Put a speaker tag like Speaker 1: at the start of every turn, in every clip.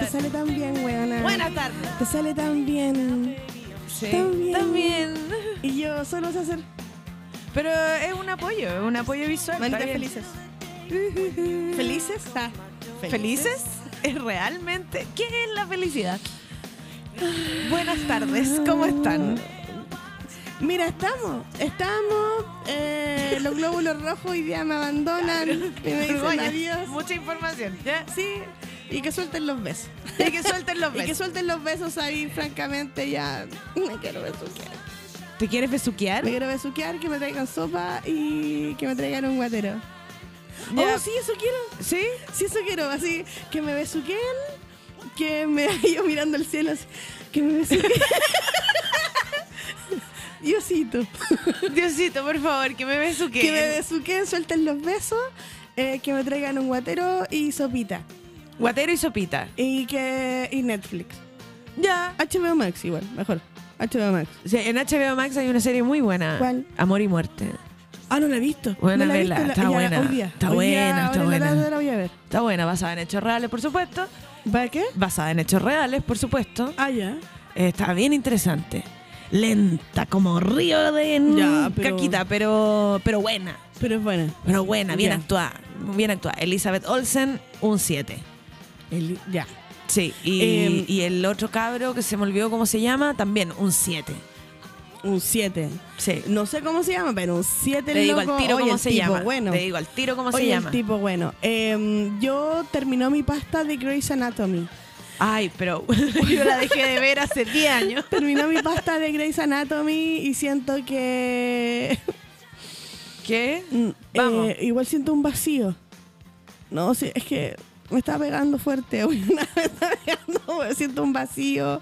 Speaker 1: Te sale tan bien, weona.
Speaker 2: Buenas tardes.
Speaker 1: Te sale tan bien.
Speaker 2: Sí,
Speaker 1: Tan bien.
Speaker 2: También.
Speaker 1: Y yo solo sé hacer
Speaker 2: Pero es un apoyo, es un apoyo visual. está
Speaker 1: manitas
Speaker 2: bien.
Speaker 1: felices. ¿Felices? Ah,
Speaker 2: ¿Felices? ¿Es realmente? ¿Qué es la felicidad? Buenas tardes, ¿cómo están?
Speaker 1: Mira, estamos. Estamos. eh, los glóbulos rojos hoy día me abandonan. Y me dicen
Speaker 2: Borgoña,
Speaker 1: adiós.
Speaker 2: Mucha información, ¿ya?
Speaker 1: Sí. Y que suelten los besos.
Speaker 2: Y que suelten los
Speaker 1: Y que
Speaker 2: besos.
Speaker 1: suelten los besos ahí, francamente, ya. Me quiero besuquear.
Speaker 2: ¿Te quieres besuquear?
Speaker 1: Me quiero besuquear, que me traigan sopa y que me traigan un guatero.
Speaker 2: Ya.
Speaker 1: Oh, sí, eso quiero.
Speaker 2: ¿Sí?
Speaker 1: Sí, eso quiero. Así, que me besuquen. Que me. Yo mirando el cielo. así, que me besuquen. Diosito.
Speaker 2: Diosito, por favor, que me besuqueen.
Speaker 1: Que me besuquen, suelten los besos. eh, que me traigan un guatero y sopita.
Speaker 2: Guatero y sopita.
Speaker 1: Y que. Y Netflix.
Speaker 2: Ya.
Speaker 1: HBO Max, igual, mejor. HBO Max.
Speaker 2: en HBO Max hay una serie muy buena.
Speaker 1: ¿Cuál?
Speaker 2: Amor y muerte.
Speaker 1: Ah, no la he visto.
Speaker 2: Buena
Speaker 1: no la he
Speaker 2: vela,
Speaker 1: visto,
Speaker 2: está
Speaker 1: ya,
Speaker 2: buena,
Speaker 1: Hoy día.
Speaker 2: está
Speaker 1: hoy
Speaker 2: buena,
Speaker 1: día,
Speaker 2: está
Speaker 1: ahora en
Speaker 2: buena.
Speaker 1: La, tarde la voy a ver.
Speaker 2: Está buena, basada en hechos reales, por supuesto.
Speaker 1: ¿Para qué?
Speaker 2: Basada en hechos reales, por supuesto.
Speaker 1: Ah, ya.
Speaker 2: Eh, Está bien interesante. Lenta, como río de mm,
Speaker 1: Ya, pero-
Speaker 2: caquita, pero, pero buena.
Speaker 1: Pero es buena.
Speaker 2: Pero buena, bien
Speaker 1: Ya.
Speaker 2: actuada. Bien actuada. Elizabeth Olsen, un 7.
Speaker 1: El- ya.
Speaker 2: Sí. Y,
Speaker 1: Em,
Speaker 2: y el otro cabro que se me olvidó cómo se llama, también un 7.
Speaker 1: Un 7.
Speaker 2: Sí.
Speaker 1: No sé cómo se llama, pero un 7
Speaker 2: Te digo
Speaker 1: loco.
Speaker 2: al tiro
Speaker 1: Oye,
Speaker 2: cómo
Speaker 1: el
Speaker 2: se
Speaker 1: tipo
Speaker 2: llama.
Speaker 1: Bueno.
Speaker 2: Te digo al tiro cómo
Speaker 1: Oye,
Speaker 2: se
Speaker 1: el
Speaker 2: llama.
Speaker 1: tipo bueno. Em, yo terminó mi pasta de Grey's Anatomy.
Speaker 2: Ay, pero yo la dejé de ver hace 10 años.
Speaker 1: Terminó mi pasta de Grey's Anatomy y siento que...
Speaker 2: ¿Qué?
Speaker 1: Mm,
Speaker 2: Vamos.
Speaker 1: eh, igual siento un vacío. No, sí, es que me está pegando fuerte. hoy, me está pegando, siento un vacío.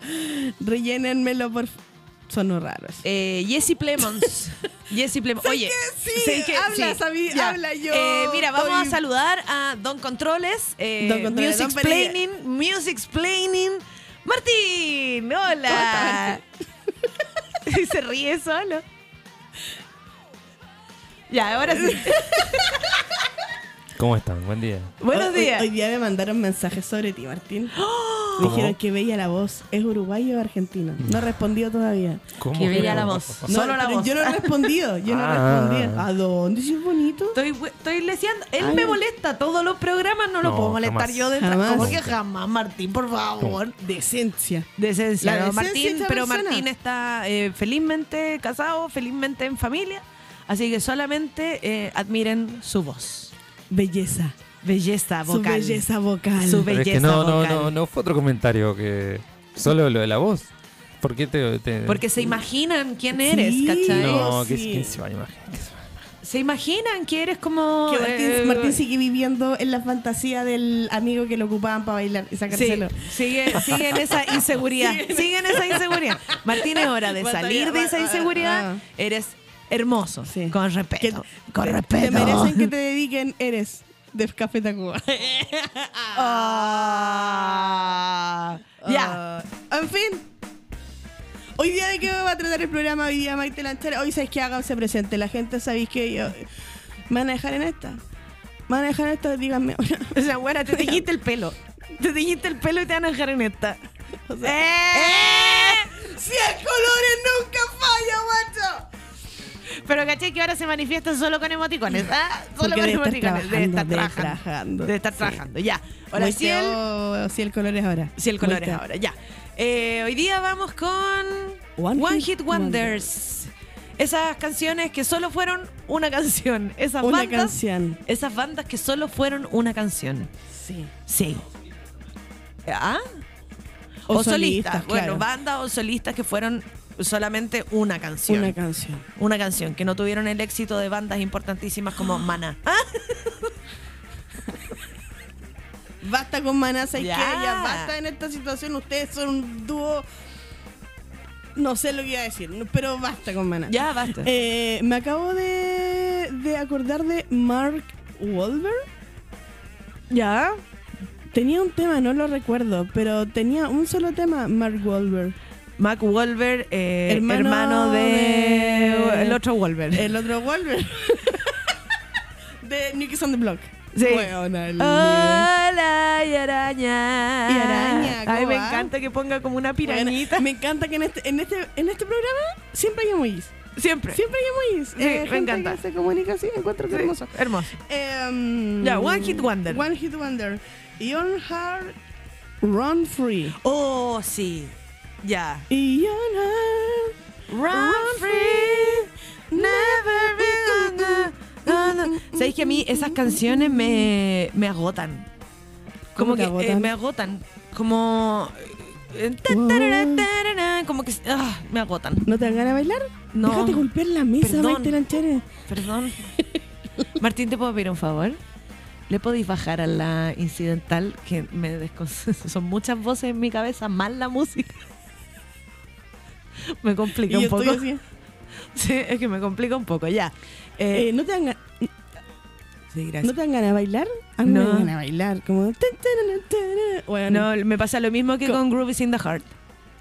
Speaker 1: Rellénenmelo, por fa- Sonó raro eso.
Speaker 2: Eh, Jesse Plemons. Jesse Plemons. Oye,
Speaker 1: que sí,
Speaker 2: sé que
Speaker 1: habla, sabí-
Speaker 2: ya.
Speaker 1: habla yo,
Speaker 2: Eh, mira, vamos
Speaker 1: estoy-
Speaker 2: a saludar a Don Controles, eh,
Speaker 1: Don Controles,
Speaker 2: Music
Speaker 1: Don
Speaker 2: Explaining, Music Explaining. Martín, hola. Y Se ríe solo. Ya, ahora sí.
Speaker 3: ¿Cómo están? Buen día.
Speaker 2: Buenos
Speaker 1: Hoy- hoy-
Speaker 2: días. ¡Ah!
Speaker 1: Hoy, día me mandaron mensajes sobre ti, Martín. Me
Speaker 3: ¿Cómo? Mm.
Speaker 1: dijeron que veía la voz. ¿Es uruguayo o argentino? No respondió todavía.
Speaker 3: ¿Cómo?
Speaker 2: Que bella la voz.
Speaker 1: No,
Speaker 2: Solo la
Speaker 1: pero
Speaker 2: voz.
Speaker 1: Yo no he respondido. Yo no he
Speaker 3: Ah.
Speaker 1: respondido. ¿A dónde? Si es bonito.
Speaker 2: Estoy, estoy leseando. Él
Speaker 1: Ay.
Speaker 2: me molesta todos los programas, no, lo
Speaker 3: No,
Speaker 2: puedo molestar
Speaker 3: jamás.
Speaker 2: yo de
Speaker 1: Jamás.
Speaker 2: Como que jamás, Martín, por favor.
Speaker 1: Decencia.
Speaker 2: Decencia,
Speaker 1: La
Speaker 2: ¿no?
Speaker 1: decencia
Speaker 2: Martín,
Speaker 1: hecha
Speaker 2: pero
Speaker 1: persona.
Speaker 2: Martín está eh, felizmente casado, felizmente en familia, así que solamente eh, admiren su voz.
Speaker 1: Belleza.
Speaker 2: Belleza vocal.
Speaker 1: Su belleza vocal.
Speaker 2: Su
Speaker 3: Pero es que
Speaker 2: belleza
Speaker 3: no, no,
Speaker 2: vocal.
Speaker 3: no, no fue otro comentario que solo lo de la voz. ¿Por qué te...? te-
Speaker 2: Porque se imaginan quién
Speaker 1: Sí.
Speaker 2: eres, ¿cachai?
Speaker 3: No, que,
Speaker 1: Sí.
Speaker 3: que se va a imaginar. que se va a imaginar.
Speaker 2: Se imaginan que eres como...
Speaker 1: Que Martín,
Speaker 2: eh,
Speaker 1: Martín sigue viviendo en la fantasía del amigo que lo ocupaban para bailar y
Speaker 2: Sí,
Speaker 1: sacárselo.
Speaker 2: sigue, sigue en esa inseguridad. Sigue en esa inseguridad. Martín, es hora de
Speaker 1: Batalla,
Speaker 2: salir de esa
Speaker 1: ah,
Speaker 2: inseguridad.
Speaker 1: ah.
Speaker 2: Eres hermoso.
Speaker 1: Sí.
Speaker 2: Con respeto.
Speaker 1: Que-
Speaker 2: con
Speaker 1: te-
Speaker 2: respeto.
Speaker 1: Te merecen que te dediquen, eres de Café Tacuba.
Speaker 2: Ah. Ya.
Speaker 1: Ah, en fin. Hoy día de qué va a tratar el programa, hoy día Maite Lanchera. Hoy sabéis que háganse presente. La gente sabéis que yo. ¿Me van a dejar en esta? ¿Me van a dejar en esta? Díganme.
Speaker 2: O sea, buena, te teñiste el pelo. Te teñiste el pelo y te van a dejar en esta.
Speaker 1: O sea,
Speaker 2: ¡Eh!
Speaker 1: ¡Cien colores nunca falla, guacho!
Speaker 2: Pero caché que ahora se manifiestan solo con emoticones. ¿ah? Solo con
Speaker 1: Porque de estar
Speaker 2: emoticones. De estar
Speaker 1: trabajando, de
Speaker 2: trabajando.
Speaker 1: trabajando.
Speaker 2: De estar trabajando. Ya. Ahora
Speaker 1: Ahora
Speaker 2: sí el,
Speaker 1: si el color es oh, ahora.
Speaker 2: sí el color es
Speaker 1: Moiteo.
Speaker 2: ahora. Ya. Eh, hoy día vamos con One,
Speaker 1: One
Speaker 2: Hit,
Speaker 1: Hit
Speaker 2: Wonders. Esas canciones que solo fueron una canción. Esas
Speaker 1: Una
Speaker 2: bandas.
Speaker 1: canción.
Speaker 2: Esas bandas que solo fueron una canción.
Speaker 1: Sí.
Speaker 2: Sí. ¿Ah? O,
Speaker 1: O
Speaker 2: solistas.
Speaker 1: solistas,
Speaker 2: Bueno,
Speaker 1: claro.
Speaker 2: bandas o solistas que fueron solamente una canción.
Speaker 1: Una
Speaker 2: Una,
Speaker 1: canción.
Speaker 2: canción, que no tuvieron el éxito de bandas importantísimas como Maná. Ah,
Speaker 1: Basta con manaza y que
Speaker 2: Ya.
Speaker 1: ya basta en esta situación. Ustedes son un dúo. No sé lo que iba a decir, no- pero basta con manaza.
Speaker 2: ya, basta.
Speaker 1: Eh, me acabo de, de acordar de Mark Wahlberg.
Speaker 2: ya.
Speaker 1: Tenía un tema, no lo recuerdo, pero tenía un solo tema, Mark Wahlberg.
Speaker 2: Mac Wolver, eh, hermano,
Speaker 1: Hermano
Speaker 2: de...
Speaker 1: de-
Speaker 2: El otro Wolver.
Speaker 1: El otro Wahlberg. de Nick on the Block.
Speaker 2: Sí. Ah,
Speaker 1: Weona, el nivel.
Speaker 2: Hola, y araña.
Speaker 1: Y araña,
Speaker 2: Ay,
Speaker 1: ¿cómo
Speaker 2: me
Speaker 1: va?
Speaker 2: encanta que ponga como una pirañita.
Speaker 1: Bueno, me encanta que en este, en este, en este programa siempre hay emojis.
Speaker 2: Siempre.
Speaker 1: Siempre hay emojis.
Speaker 2: Sí,
Speaker 1: Eh,
Speaker 2: me
Speaker 1: gente
Speaker 2: encanta.
Speaker 1: que se comunica así, encuentro que
Speaker 2: Sí,
Speaker 1: hermoso.
Speaker 2: Hermoso.
Speaker 1: Em,
Speaker 2: Ya, One Hit Wonder.
Speaker 1: One Hit Wonder. Ion Heart, Run Free.
Speaker 2: Oh, sí. Ya.
Speaker 1: Ion Heart,
Speaker 2: Run free, never be under- under- ¿Sabéis que a mí esas canciones me, me agotan? Como
Speaker 1: ¿Cómo te
Speaker 2: que eh,
Speaker 1: agotan?
Speaker 2: me agotan. Como. eh, ta, tarara, tarara, Como que. ah, me agotan.
Speaker 1: ¿No te dan ganas de bailar?
Speaker 2: No.
Speaker 1: Déjate golpear la mesa,
Speaker 2: Perdón.
Speaker 1: Maite Lanchera.
Speaker 2: Perdón. Martín, ¿te puedo pedir un favor? ¿Le podéis bajar a la incidental que me desconcentra? Son muchas voces en mi cabeza, más la música. Me complica
Speaker 1: Y
Speaker 2: un
Speaker 1: yo
Speaker 2: poco.
Speaker 1: estoy así. eh,
Speaker 2: Sí, es que me complica un poco, ya. Eh,
Speaker 1: Eh, ¿no, te dan, ga-
Speaker 2: sí,
Speaker 1: ¿No
Speaker 2: gracias.
Speaker 1: te dan ganas de bailar? A mí me
Speaker 2: No.
Speaker 1: dan ganas de bailar. Como. tan, tan, tan, tan. Bueno.
Speaker 2: No, me pasa lo mismo que
Speaker 1: Co-
Speaker 2: con Groove is in the Heart.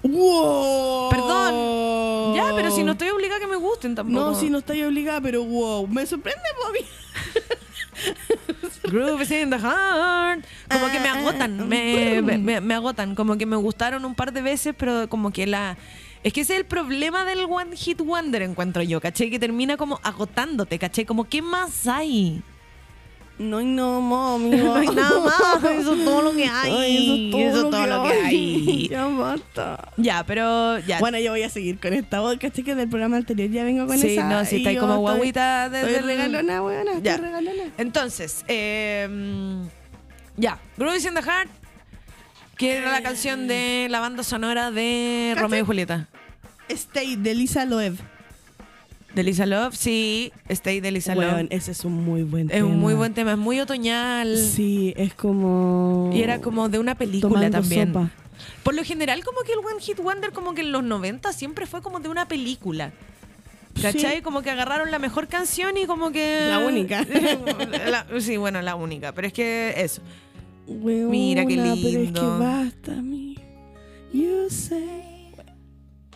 Speaker 1: ¡Wow!
Speaker 2: Perdón. Ya, pero si no estoy obligada a que me gusten tampoco.
Speaker 1: Oh. No, si no estoy obligada, pero wow. Me sorprende, Bobby.
Speaker 2: Groove is in the Heart. Como que me
Speaker 1: Ah, ah,
Speaker 2: agotan, me, me- me agotan. Como que me gustaron un par de veces, pero como que la... Es que ese es el problema del One Hit Wonder, encuentro yo, ¿caché? Que termina como agotándote, ¿caché? Como, ¿qué más hay?
Speaker 1: No hay no, mami.
Speaker 2: No hay nada más, eso es todo lo que hay.
Speaker 1: Ay, eso es todo, lo, que hay. Ya basta.
Speaker 2: Ya, pero ya.
Speaker 1: Bueno, yo voy a seguir con esta voz. ¿Cachai que del programa anterior ya vengo con
Speaker 2: sí,
Speaker 1: esa?
Speaker 2: no, si
Speaker 1: y
Speaker 2: estáis
Speaker 1: yo
Speaker 2: como
Speaker 1: estoy-
Speaker 2: guaguita desde
Speaker 1: Estoy regalona, weona.
Speaker 2: Ya.
Speaker 1: Estoy regalona.
Speaker 2: Entonces, eh, ya, Groove is in the Heart, que era
Speaker 1: Eh.
Speaker 2: la canción de la banda sonora de
Speaker 1: ¿Cachai?
Speaker 2: Romeo y Julieta.
Speaker 1: Stay de Lisa Loeb.
Speaker 2: De Lisa Love, sí, Stay de Lisa
Speaker 1: Weón,
Speaker 2: Love.
Speaker 1: ese es un muy buen
Speaker 2: Es un muy buen tema, es muy otoñal.
Speaker 1: Sí, es como.
Speaker 2: Y era como de una película
Speaker 1: tomando
Speaker 2: también.
Speaker 1: sopa.
Speaker 2: Por lo general, como que el One Hit Wonder, como que en los 90 siempre fue como de una película. ¿Cachai?
Speaker 1: Sí.
Speaker 2: Como que agarraron la mejor canción y como que...
Speaker 1: La única.
Speaker 2: La- sí, bueno, la única. Pero es que eso.
Speaker 1: Weona,
Speaker 2: Mira qué
Speaker 1: Pero es
Speaker 2: lindo.
Speaker 1: que basta, mi. You say.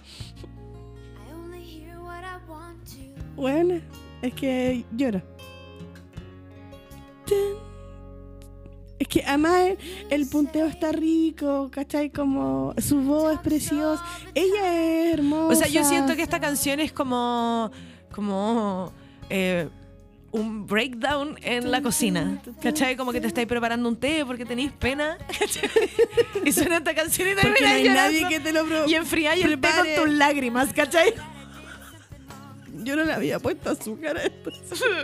Speaker 4: I only hear what I want to.
Speaker 1: Bueno, es que llora. Tin. Es que además el, el punteo está rico, ¿cachai? Como su voz es preciosa. Ella es hermosa.
Speaker 2: O sea, yo siento que esta canción es como. como. eh, un breakdown en la cocina. ¿Cachai? Como que te estáis preparando un té porque tenéis pena. ¿cachai? Y suena esta canción y te
Speaker 1: Porque no hay
Speaker 2: miráis
Speaker 1: nadie
Speaker 2: llorando.
Speaker 1: que te lo pro-
Speaker 2: Y enfriáis el té con
Speaker 1: prepare.
Speaker 2: tus lágrimas, ¿cachai?
Speaker 1: Yo no le había
Speaker 2: pues,
Speaker 1: puesto azúcar a esto.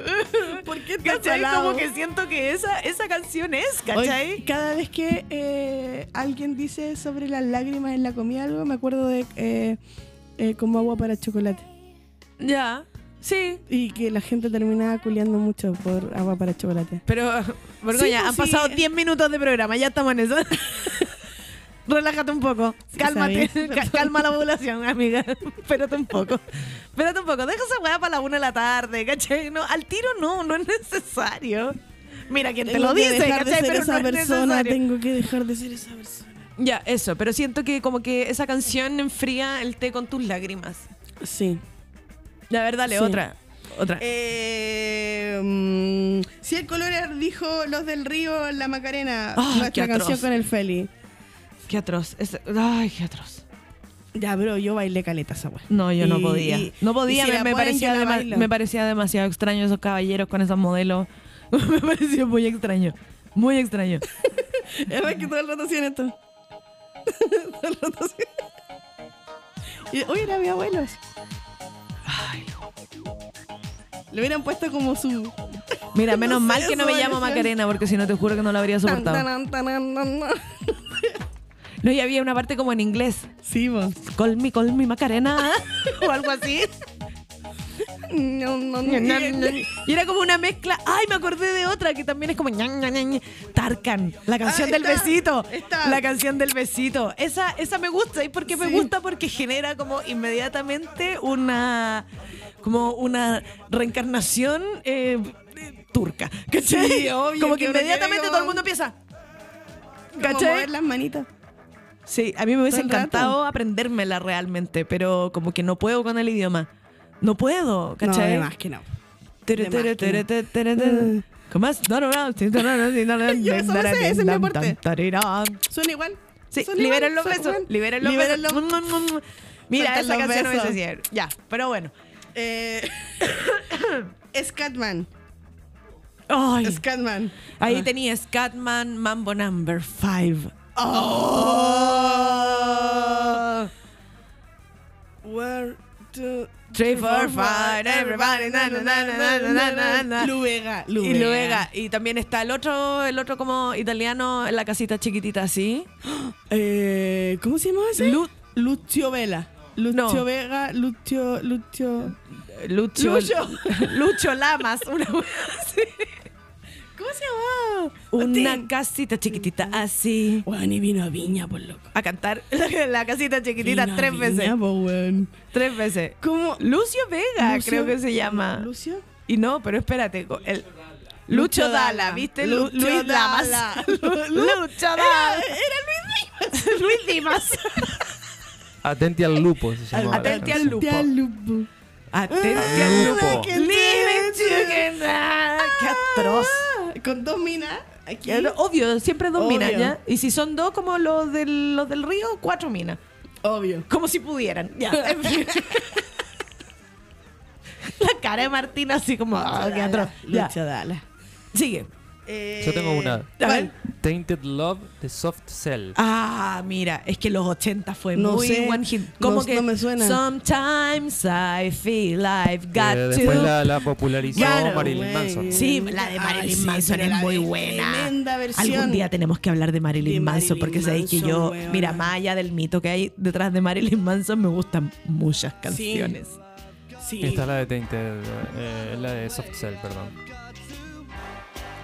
Speaker 1: ¿Por qué está
Speaker 2: ¿Cachai?
Speaker 1: salado?
Speaker 2: Como que siento que esa, esa canción es,
Speaker 1: Hoy,
Speaker 2: ¿cachai?
Speaker 1: cada vez que eh, alguien dice sobre las lágrimas en la comida algo, me acuerdo de eh, eh, como agua para chocolate.
Speaker 2: Ya. Sí.
Speaker 1: Y que la gente terminaba culeando mucho por agua para chocolate.
Speaker 2: Pero, Borgoña,
Speaker 1: pues
Speaker 2: han
Speaker 1: sí.
Speaker 2: pasado 10 minutos de programa, ya estamos en eso. Relájate un poco,
Speaker 1: Sí,
Speaker 2: cálmate,
Speaker 1: sabía.
Speaker 2: ca- calma la población, amiga. Espérate un poco, espérate un poco, deja esa weá para la una de la tarde, ¿cachai? No, al tiro no, no es necesario. Mira quien te
Speaker 1: Tengo
Speaker 2: lo
Speaker 1: que
Speaker 2: dice,
Speaker 1: dejar de
Speaker 2: ¿cachai?
Speaker 1: ser
Speaker 2: Pero
Speaker 1: esa
Speaker 2: no es
Speaker 1: persona,
Speaker 2: necesario.
Speaker 1: tengo que dejar de ser esa persona.
Speaker 2: Ya, eso, pero siento que como que esa canción enfría el té con tus lágrimas.
Speaker 1: Sí.
Speaker 2: La verdad, dale,
Speaker 1: Sí.
Speaker 2: otra, otra.
Speaker 1: Eh, mm, si el color dijo los del río en la Macarena,
Speaker 2: Ah,
Speaker 1: nuestra
Speaker 2: qué atroz.
Speaker 1: canción con el Feli.
Speaker 2: Qué atroz, es- ay, qué atroz.
Speaker 1: Ya, bro, yo bailé caleta esa wea.
Speaker 2: No, yo no
Speaker 1: Y-
Speaker 2: podía.
Speaker 1: y-
Speaker 2: No podía,
Speaker 1: y si
Speaker 2: me,
Speaker 1: la
Speaker 2: me
Speaker 1: ponen,
Speaker 2: parecía
Speaker 1: yo la
Speaker 2: dema-
Speaker 1: bailo.
Speaker 2: me parecía demasiado extraño esos caballeros con esos modelos. me pareció muy extraño. Muy extraño.
Speaker 1: Es más que todo el rato hacían esto. todo el rato hacían. Y, Uy, era mi abuelo. Le hubieran puesto como su.
Speaker 2: Mira,
Speaker 1: No
Speaker 2: menos
Speaker 1: sé,
Speaker 2: mal que no me
Speaker 1: eso
Speaker 2: llamo
Speaker 1: parecía-
Speaker 2: Macarena, porque si no te juro que no lo habría
Speaker 1: Tan,
Speaker 2: soportado.
Speaker 1: tan, tan, tan, tan, tan.
Speaker 2: No, y había una parte como en inglés.
Speaker 1: Sí, vos.
Speaker 2: Call me, call me Macarena. o algo así.
Speaker 1: No, no, no.
Speaker 2: Y era como una mezcla. Ay, me acordé de otra que también es como ñan, ñan, ñan. Tarkan, la canción
Speaker 1: Ah,
Speaker 2: del
Speaker 1: está,
Speaker 2: besito.
Speaker 1: está.
Speaker 2: La canción del besito. Esa, esa me gusta. ¿Y por qué me
Speaker 1: Sí.
Speaker 2: gusta? Porque genera como inmediatamente una como una reencarnación eh, eh, turca. ¿Cachai?
Speaker 1: Sí, obvio,
Speaker 2: como que
Speaker 1: que ahora
Speaker 2: inmediatamente
Speaker 1: tiene
Speaker 2: todo el
Speaker 1: como-
Speaker 2: mundo empieza.
Speaker 1: Como
Speaker 2: ¿Cachai?
Speaker 1: mover las manitas.
Speaker 2: Sí, a mí me hubiese
Speaker 1: Todo el rato.
Speaker 2: encantado aprendérmela realmente, pero como que no puedo con el idioma. No puedo,
Speaker 1: No,
Speaker 2: ¿cachai?
Speaker 1: de más que no.
Speaker 2: Tere,
Speaker 1: De
Speaker 2: tere,
Speaker 1: más que
Speaker 2: tere, tere, tere, tere. Como es- no, no, no, sí, no, no, no, sí, no, no,
Speaker 1: Yo me solo sé, ese es mi
Speaker 2: tan,
Speaker 1: aporte.
Speaker 2: tan, tarirán.
Speaker 1: Suena igual.
Speaker 2: Sí,
Speaker 1: Son
Speaker 2: liberen
Speaker 1: igual,
Speaker 2: los
Speaker 1: son
Speaker 2: besos,
Speaker 1: igual.
Speaker 2: liberen los
Speaker 1: Liberen
Speaker 2: besos.
Speaker 1: los-
Speaker 2: Mm, mm, mm. Mira,
Speaker 1: Sueltan
Speaker 2: esa
Speaker 1: los
Speaker 2: canción
Speaker 1: besos.
Speaker 2: no hubiese sido- Ya, pero bueno.
Speaker 1: Eh, Scatman.
Speaker 2: Ay,
Speaker 1: Scatman.
Speaker 2: ahí
Speaker 1: Ah.
Speaker 2: tenía Scatman Mambo Number 5.
Speaker 1: Oh. Where to
Speaker 2: Three, four, five, everybody, na, na, na, na, na, na, na, na.
Speaker 1: Lu Vega, Lu
Speaker 2: Y
Speaker 1: Vega.
Speaker 2: luego, y también está el otro, el otro como italiano en la casita chiquitita así.
Speaker 1: Eh, ¿Cómo se llama ese?
Speaker 2: Lu-
Speaker 1: Lucio Vela. Lucio
Speaker 2: No.
Speaker 1: Vega, Lucio, Lucio.
Speaker 2: Lucho.
Speaker 1: Lucho.
Speaker 2: Lucho Lamas, una wea así.
Speaker 1: ¿Cómo se llama?
Speaker 2: Una casita chiquitita así.
Speaker 1: Weón, y vino a Viña, por loco.
Speaker 2: A cantar la, la casita chiquitita
Speaker 1: Vino a
Speaker 2: tres
Speaker 1: Viña,
Speaker 2: veces.
Speaker 1: po, weón.
Speaker 2: Tres veces.
Speaker 1: ¿Cómo?
Speaker 2: Lucio Vega,
Speaker 1: Lucio-
Speaker 2: creo que se llama.
Speaker 1: ¿Lucio?
Speaker 2: Y no, pero espérate. co- El, Lucho Dala, ¿viste? Lu-
Speaker 1: Lucho
Speaker 2: Luis Lamas.
Speaker 1: Dalla.
Speaker 2: Lucho Dala. Luis Dimas.
Speaker 3: Atenti al lupo se llamaba la
Speaker 2: Atenti al
Speaker 3: canción.
Speaker 2: lupo.
Speaker 1: Tía Lupo.
Speaker 2: Atenti al
Speaker 3: Ay,
Speaker 2: lupo.
Speaker 3: qué
Speaker 2: Living together. Qué atroz.
Speaker 1: Ah, Con dos minas. Aquí.
Speaker 2: Ya, no, Obvio, siempre dos
Speaker 1: Obvio.
Speaker 2: minas, ¿ya? Y si son dos como los del, los del río, cuatro minas.
Speaker 1: Obvio.
Speaker 2: Como si pudieran, ya. en fin. La cara de Martina así como, ah, qué atroz. Ya,
Speaker 1: Lucho Dala.
Speaker 2: sigue.
Speaker 3: Yo tengo una.
Speaker 2: A ver.
Speaker 3: Tainted Love de Soft Cell.
Speaker 2: Ah, mira, es que los 80 fue
Speaker 1: No
Speaker 2: muy
Speaker 1: sé,
Speaker 2: one hit.
Speaker 1: no-
Speaker 2: Como que
Speaker 1: no me suena.
Speaker 2: Sometimes I feel I've
Speaker 3: que
Speaker 2: got
Speaker 3: Eh, después
Speaker 2: to.
Speaker 3: la, la popularizó
Speaker 1: Claro,
Speaker 3: Marilyn
Speaker 1: güey.
Speaker 3: Manson.
Speaker 2: Sí, la de Marilyn
Speaker 1: Ay, sí,
Speaker 2: Manson
Speaker 1: pero
Speaker 2: es
Speaker 1: la
Speaker 2: muy
Speaker 1: de-
Speaker 2: buena.
Speaker 1: tremenda versión.
Speaker 2: Algún día tenemos que hablar de Marilyn
Speaker 1: De
Speaker 2: Manson
Speaker 1: Marilyn
Speaker 2: porque sabéis que
Speaker 1: Manson,
Speaker 2: yo,
Speaker 1: weona.
Speaker 2: mira, más allá del mito que hay detrás de Marilyn Manson, me gustan muchas canciones.
Speaker 1: Sí.
Speaker 3: Esta es la de Tainted, eh, la de Soft Cell, perdón.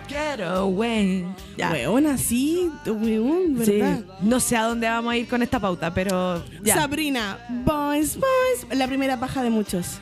Speaker 2: Get away. Ya.
Speaker 1: Weona, sí, weón,
Speaker 2: Sí.
Speaker 1: ¿verdad?
Speaker 2: No sé a dónde vamos a ir con esta pauta, pero ya.
Speaker 1: Sabrina, boys, boys. La primera paja de muchos.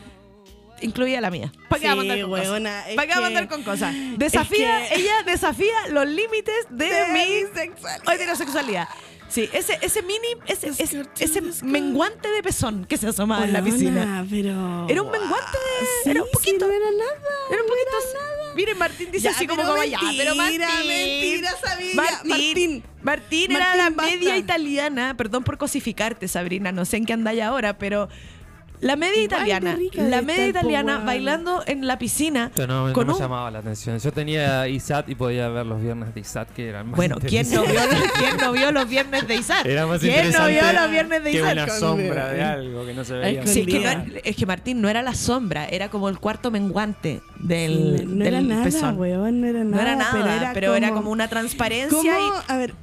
Speaker 2: incluía la mía. ¿Para qué
Speaker 1: Sí,
Speaker 2: vamos a andar con
Speaker 1: weona,
Speaker 2: cosas?
Speaker 1: es
Speaker 2: ¿Para qué vamos a andar
Speaker 1: que-
Speaker 2: con cosas? Desafía,
Speaker 1: es que-
Speaker 2: ella desafía los límites de,
Speaker 1: De
Speaker 2: mi
Speaker 1: mi sexualidad.
Speaker 2: o heterosexualidad. Sí, ese, ese mini, ese,
Speaker 1: Just
Speaker 2: ese,
Speaker 1: got to
Speaker 2: ese
Speaker 1: the sky.
Speaker 2: menguante de pezón que se asomaba en la
Speaker 1: Weona,
Speaker 2: piscina.
Speaker 1: pero.
Speaker 2: Era un menguante de-
Speaker 1: Sí,
Speaker 2: era un
Speaker 1: sí,
Speaker 2: poquito.
Speaker 1: no era nada.
Speaker 2: Era un poquito. Miren, Martín dice
Speaker 1: Ya,
Speaker 2: así como
Speaker 1: pero
Speaker 2: como ya, pero Martín.
Speaker 1: mentira, mentira, Sabina,
Speaker 2: Martín, Martín.
Speaker 1: Martín.
Speaker 2: era
Speaker 1: Martín,
Speaker 2: la
Speaker 1: basta.
Speaker 2: media italiana. Perdón por cosificarte, Sabrina. No sé en qué andáis ahora, pero. La media
Speaker 1: Igual de
Speaker 2: italiana.
Speaker 1: rica
Speaker 2: La
Speaker 1: de
Speaker 2: media
Speaker 1: estar, po,
Speaker 2: italiana
Speaker 1: weón.
Speaker 2: bailando en la piscina.
Speaker 3: Yo no, no
Speaker 2: con
Speaker 3: me
Speaker 2: un
Speaker 3: llamaba la atención. Yo tenía ISAT y podía ver los viernes de ISAT que eran más
Speaker 2: Bueno, ¿quién no, vio, ¿quién no vio los viernes de Izar?
Speaker 3: Era más
Speaker 2: ¿Quién no vio
Speaker 3: interesante
Speaker 2: los viernes de
Speaker 3: que
Speaker 2: Izar?
Speaker 3: una
Speaker 1: con-
Speaker 3: sombra de algo que no se veía.
Speaker 1: con-
Speaker 2: Sí, es que, no
Speaker 1: Escondida.
Speaker 2: era- es que Martín no era la sombra, era como el cuarto menguante del,
Speaker 1: no
Speaker 2: del
Speaker 1: era nada,
Speaker 2: pezón.
Speaker 1: weón, no era nada.
Speaker 2: no era nada, pero era, como, una
Speaker 1: ¿Cómo?
Speaker 2: transparencia y
Speaker 1: A ver,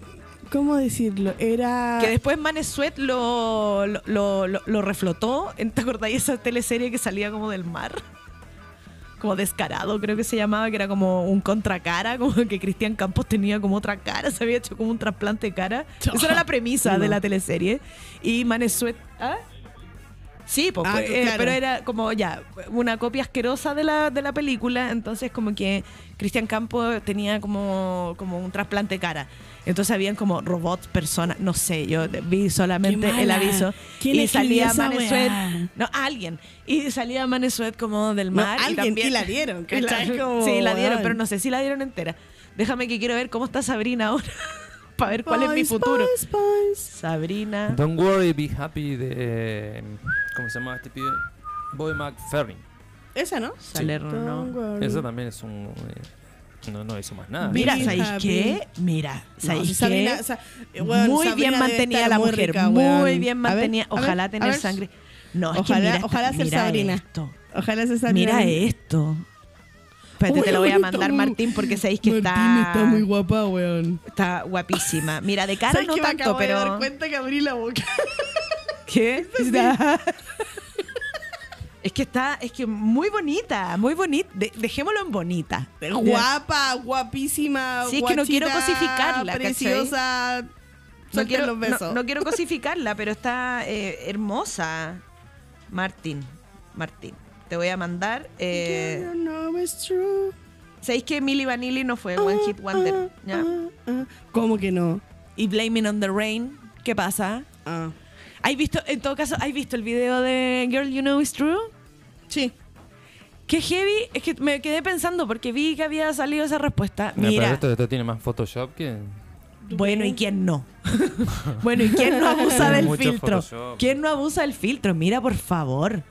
Speaker 1: ¿cómo decirlo? Era.
Speaker 2: que después Manesuet lo, lo, lo, lo- lo reflotó. ¿Te acordáis esa teleserie que salía como del mar? Como descarado, creo que se llamaba, que era como un contracara, como que Cristian Campos tenía como otra cara, se había hecho como un trasplante de cara. Esa era la premisa de
Speaker 1: No.
Speaker 2: la teleserie. Y Manesuet. ¿ah? Sí, pues,
Speaker 1: Ah,
Speaker 2: pues,
Speaker 1: que
Speaker 2: eh,
Speaker 1: claro.
Speaker 2: pero era como ya, una copia asquerosa de la, de la película, entonces como que Cristian Campo tenía como, como un trasplante de cara. Entonces habían como robots, personas, no sé, yo vi solamente
Speaker 1: Qué
Speaker 2: el
Speaker 1: mala.
Speaker 2: aviso.
Speaker 1: ¿Quién
Speaker 2: y salía
Speaker 1: escribió esa
Speaker 2: Manesuet,
Speaker 1: weá?
Speaker 2: no, alguien. Y salía Manesuet como del
Speaker 1: No,
Speaker 2: mar. y
Speaker 1: alguien,
Speaker 2: también,
Speaker 1: y la dieron,
Speaker 2: y la-
Speaker 1: ¿cachai? Como,
Speaker 2: sí, la dieron,
Speaker 1: weón.
Speaker 2: pero no sé si la dieron entera. Déjame que quiero ver cómo está Sabrina ahora, para ver cuál es mi
Speaker 1: Boys,
Speaker 2: futuro.
Speaker 1: boys, boys.
Speaker 2: Sabrina.
Speaker 3: Don't worry, be happy de. eh, ¿Cómo se llama este pibe? Boy McFerrin.
Speaker 1: Esa, ¿no?
Speaker 2: Saler, no.
Speaker 1: Don't worry.
Speaker 3: Eso también es un. eh, no, no hizo más nada.
Speaker 2: Mira,
Speaker 1: Be
Speaker 2: ¿sabéis
Speaker 1: happy.
Speaker 2: qué? Mira,
Speaker 1: No,
Speaker 2: ¿sabéis qué?
Speaker 1: si Sabrina, sa- eh, weón,
Speaker 2: muy
Speaker 1: Sabrina
Speaker 2: bien
Speaker 1: debe
Speaker 2: mantenida
Speaker 1: estar
Speaker 2: la
Speaker 1: muy
Speaker 2: mujer,
Speaker 1: rica,
Speaker 2: muy
Speaker 1: weón.
Speaker 2: bien
Speaker 1: A ver,
Speaker 2: mantenida.
Speaker 1: a ver,
Speaker 2: ojalá
Speaker 1: a
Speaker 2: tener
Speaker 1: ver.
Speaker 2: sangre. No, es que
Speaker 1: Ojalá-
Speaker 2: mira, esta-
Speaker 1: ojalá ser
Speaker 2: mira
Speaker 1: Sabrina.
Speaker 2: Esto.
Speaker 1: Ojalá se salga.
Speaker 2: Mira eh, esto. Espérate,
Speaker 1: Uy,
Speaker 2: te lo voy a
Speaker 1: está
Speaker 2: mandar,
Speaker 1: muy-
Speaker 2: Martín, porque sabéis que
Speaker 1: Martín
Speaker 2: está,
Speaker 1: está muy guapa, weón.
Speaker 2: está guapísima. Mira, de cara
Speaker 1: ¿Sabes
Speaker 2: no
Speaker 1: que me
Speaker 2: tanto,
Speaker 1: acabo de
Speaker 2: pero.
Speaker 1: dar cuenta que abrí la boca.
Speaker 2: ¿Qué? es que está, es que muy bonita, muy bonita. De- dejémoslo en bonita.
Speaker 1: Guapa, guapísima.
Speaker 2: Sí, es que no quiero
Speaker 1: guachita,
Speaker 2: cosificarla, ¿cachai?
Speaker 1: Preciosa.
Speaker 2: No
Speaker 1: Suelten
Speaker 2: quiero,
Speaker 1: los
Speaker 2: no-
Speaker 1: besos.
Speaker 2: no quiero cosificarla, pero está eh, hermosa. Martín, Martín, te voy a mandar. eh,
Speaker 1: You know it's true.
Speaker 2: ¿Sabéis que Millie Vanilli no fue One Hit Wonder?
Speaker 1: Ah,
Speaker 2: ¿ya?
Speaker 1: ah, ah. ¿Cómo que no?
Speaker 2: Y Blaming on the Rain, ¿qué pasa?
Speaker 1: Ah.
Speaker 2: ¿Has visto, en todo caso, ¿has visto el video de Girl You Know It's True?
Speaker 1: Sí.
Speaker 2: Qué heavy, es que me quedé pensando porque vi que había salido esa respuesta.
Speaker 3: Mira,
Speaker 2: Mira,
Speaker 3: pero esto, esto este tiene más Photoshop que.
Speaker 2: bueno, ¿y quién no? bueno, ¿y quién no abusa del
Speaker 3: Mucho
Speaker 2: filtro?
Speaker 3: Photoshop.
Speaker 2: ¿Quién no abusa del filtro? Mira, por favor.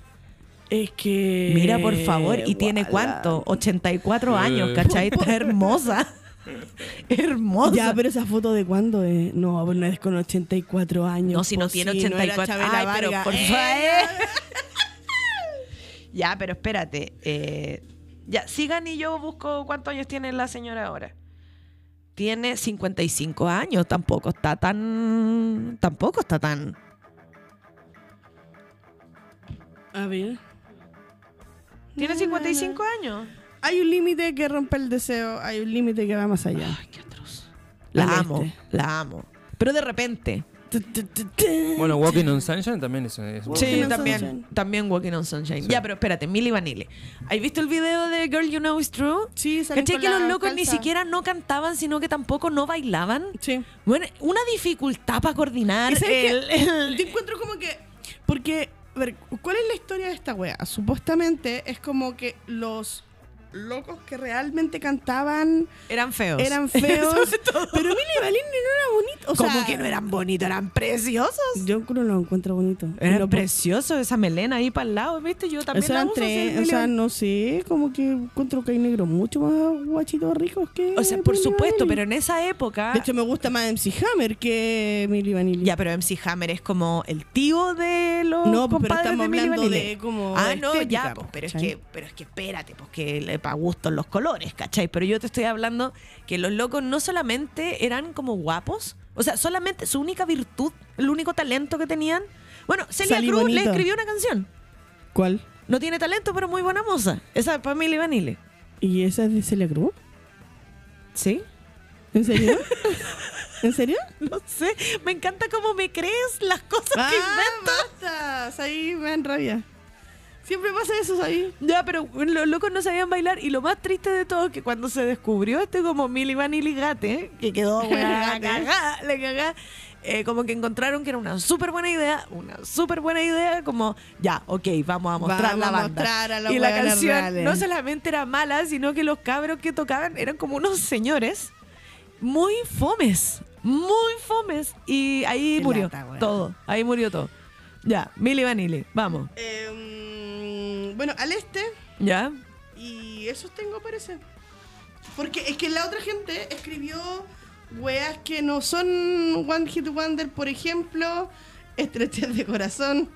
Speaker 1: Es que.
Speaker 2: Mira, por favor. ¿Y tiene
Speaker 1: Guala.
Speaker 2: cuánto? 84
Speaker 3: Eh.
Speaker 2: años, ¿cachai? Está hermosa. hermosa.
Speaker 1: Ya, pero esa foto de cuándo es. No, pues no es con 84 años.
Speaker 2: No, si no
Speaker 1: pues
Speaker 2: tiene
Speaker 1: sí, no era
Speaker 2: 84.
Speaker 1: Chabela
Speaker 2: Ay, pero
Speaker 1: Vargas.
Speaker 2: por
Speaker 1: Eh,
Speaker 2: favor. ya, pero espérate. eh, ya, sigan y yo busco cuántos años tiene la señora ahora. Tiene 55 años, tampoco está tan. Tampoco está tan.
Speaker 1: A ver.
Speaker 2: Tiene 55 años.
Speaker 1: Hay un límite que rompe el deseo, hay un límite que va más allá.
Speaker 2: Ay, qué atroz. La
Speaker 1: Al
Speaker 2: amo,
Speaker 1: este.
Speaker 2: la amo. Pero de repente.
Speaker 1: Tu, tu, tu, tu.
Speaker 3: Bueno, Walking on Sunshine también es. es-
Speaker 2: Sí,
Speaker 1: on
Speaker 2: también,
Speaker 1: Sunshine.
Speaker 2: también Walking on Sunshine.
Speaker 3: Sí.
Speaker 2: Ya, pero espérate, Milli Vanilli. ¿Has visto el video de Girl You Know Is True?
Speaker 1: Sí, salen
Speaker 2: ¿Cachai
Speaker 1: con
Speaker 2: que los
Speaker 1: la
Speaker 2: locos ni
Speaker 1: calza.
Speaker 2: siquiera no cantaban, sino que tampoco no bailaban?
Speaker 1: Sí.
Speaker 2: Bueno, una dificultad para coordinar
Speaker 1: ¿Y sabes
Speaker 2: Ah, el,
Speaker 1: qué?
Speaker 2: el-
Speaker 1: Yo encuentro como que. Porque, a ver, ¿cuál es la historia de esta wea? Supuestamente es como que los locos que realmente cantaban
Speaker 2: Eran feos.
Speaker 1: eran feos. pero Milly Vanilli no era bonito. O
Speaker 2: Como
Speaker 1: sea,
Speaker 2: que no eran bonitos, eran preciosos.
Speaker 1: Yo no lo encuentro bonito.
Speaker 2: Eran
Speaker 1: Lo-
Speaker 2: preciosos, esa melena ahí para el lado, ¿viste? Yo
Speaker 1: o
Speaker 2: también
Speaker 1: sea,
Speaker 2: la uso. sí,
Speaker 1: entre,
Speaker 2: Milli
Speaker 1: o sea,
Speaker 2: Vanilli.
Speaker 1: no sé, como que encuentro que hay negros mucho más guachitos ricos que.
Speaker 2: O sea, por
Speaker 1: Milli
Speaker 2: supuesto,
Speaker 1: Vanilli.
Speaker 2: pero en esa época...
Speaker 1: De hecho, me gusta más MC Hammer que Milly Vanilli.
Speaker 2: Ya, pero MC Hammer es como el tío de los
Speaker 1: No, pues, pero
Speaker 2: compadres
Speaker 1: estamos
Speaker 2: de Milli
Speaker 1: hablando
Speaker 2: Vanilli.
Speaker 1: de como
Speaker 2: Ah, no,
Speaker 1: estética,
Speaker 2: ya,
Speaker 1: po,
Speaker 2: pues, pero es
Speaker 1: ¿cachai?
Speaker 2: que pero es que espérate, pues que para gustos los colores, ¿cachai? Pero yo te estoy hablando que los locos no solamente eran como guapos, o sea, solamente su única virtud, el único talento que tenían. Bueno, Celia
Speaker 1: Salí
Speaker 2: Cruz le
Speaker 1: bonita.
Speaker 2: escribió una canción.
Speaker 1: ¿Cuál?
Speaker 2: No tiene talento, pero muy buena moza. Esa es para Milli Vanilli.
Speaker 1: ¿Y esa es de Celia Cruz?
Speaker 2: ¿Sí?
Speaker 1: ¿En serio? ¿En serio?
Speaker 2: No sé, me encanta cómo me crees las cosas que invento.
Speaker 1: Ah, basta! Ahí me dan rabia. Siempre pasa eso, ahí.
Speaker 2: Ya, pero los locos no sabían bailar y lo más triste de todo es que cuando se descubrió este como Milli Vanilli Gate, que quedó weá, la cagá, la cagá, eh, como que encontraron que era una súper buena idea, una súper buena idea, como ya, ok, vamos a mostrar
Speaker 1: Vamos
Speaker 2: la
Speaker 1: a
Speaker 2: banda.
Speaker 1: mostrar a los
Speaker 2: y la
Speaker 1: weones
Speaker 2: canción
Speaker 1: reales.
Speaker 2: no solamente era mala, sino que los cabros que tocaban eran como unos señores muy fomes, muy fomes y ahí
Speaker 1: Qué
Speaker 2: murió
Speaker 1: lata, weón.
Speaker 2: todo, ahí murió todo. Ya, Milli Vanilli, vamos,
Speaker 1: bueno, al este.
Speaker 2: ya.
Speaker 1: Y esos tengo, parece. Porque es que la otra gente escribió weas que no son One Hit Wonder, por ejemplo, estrechez de corazón.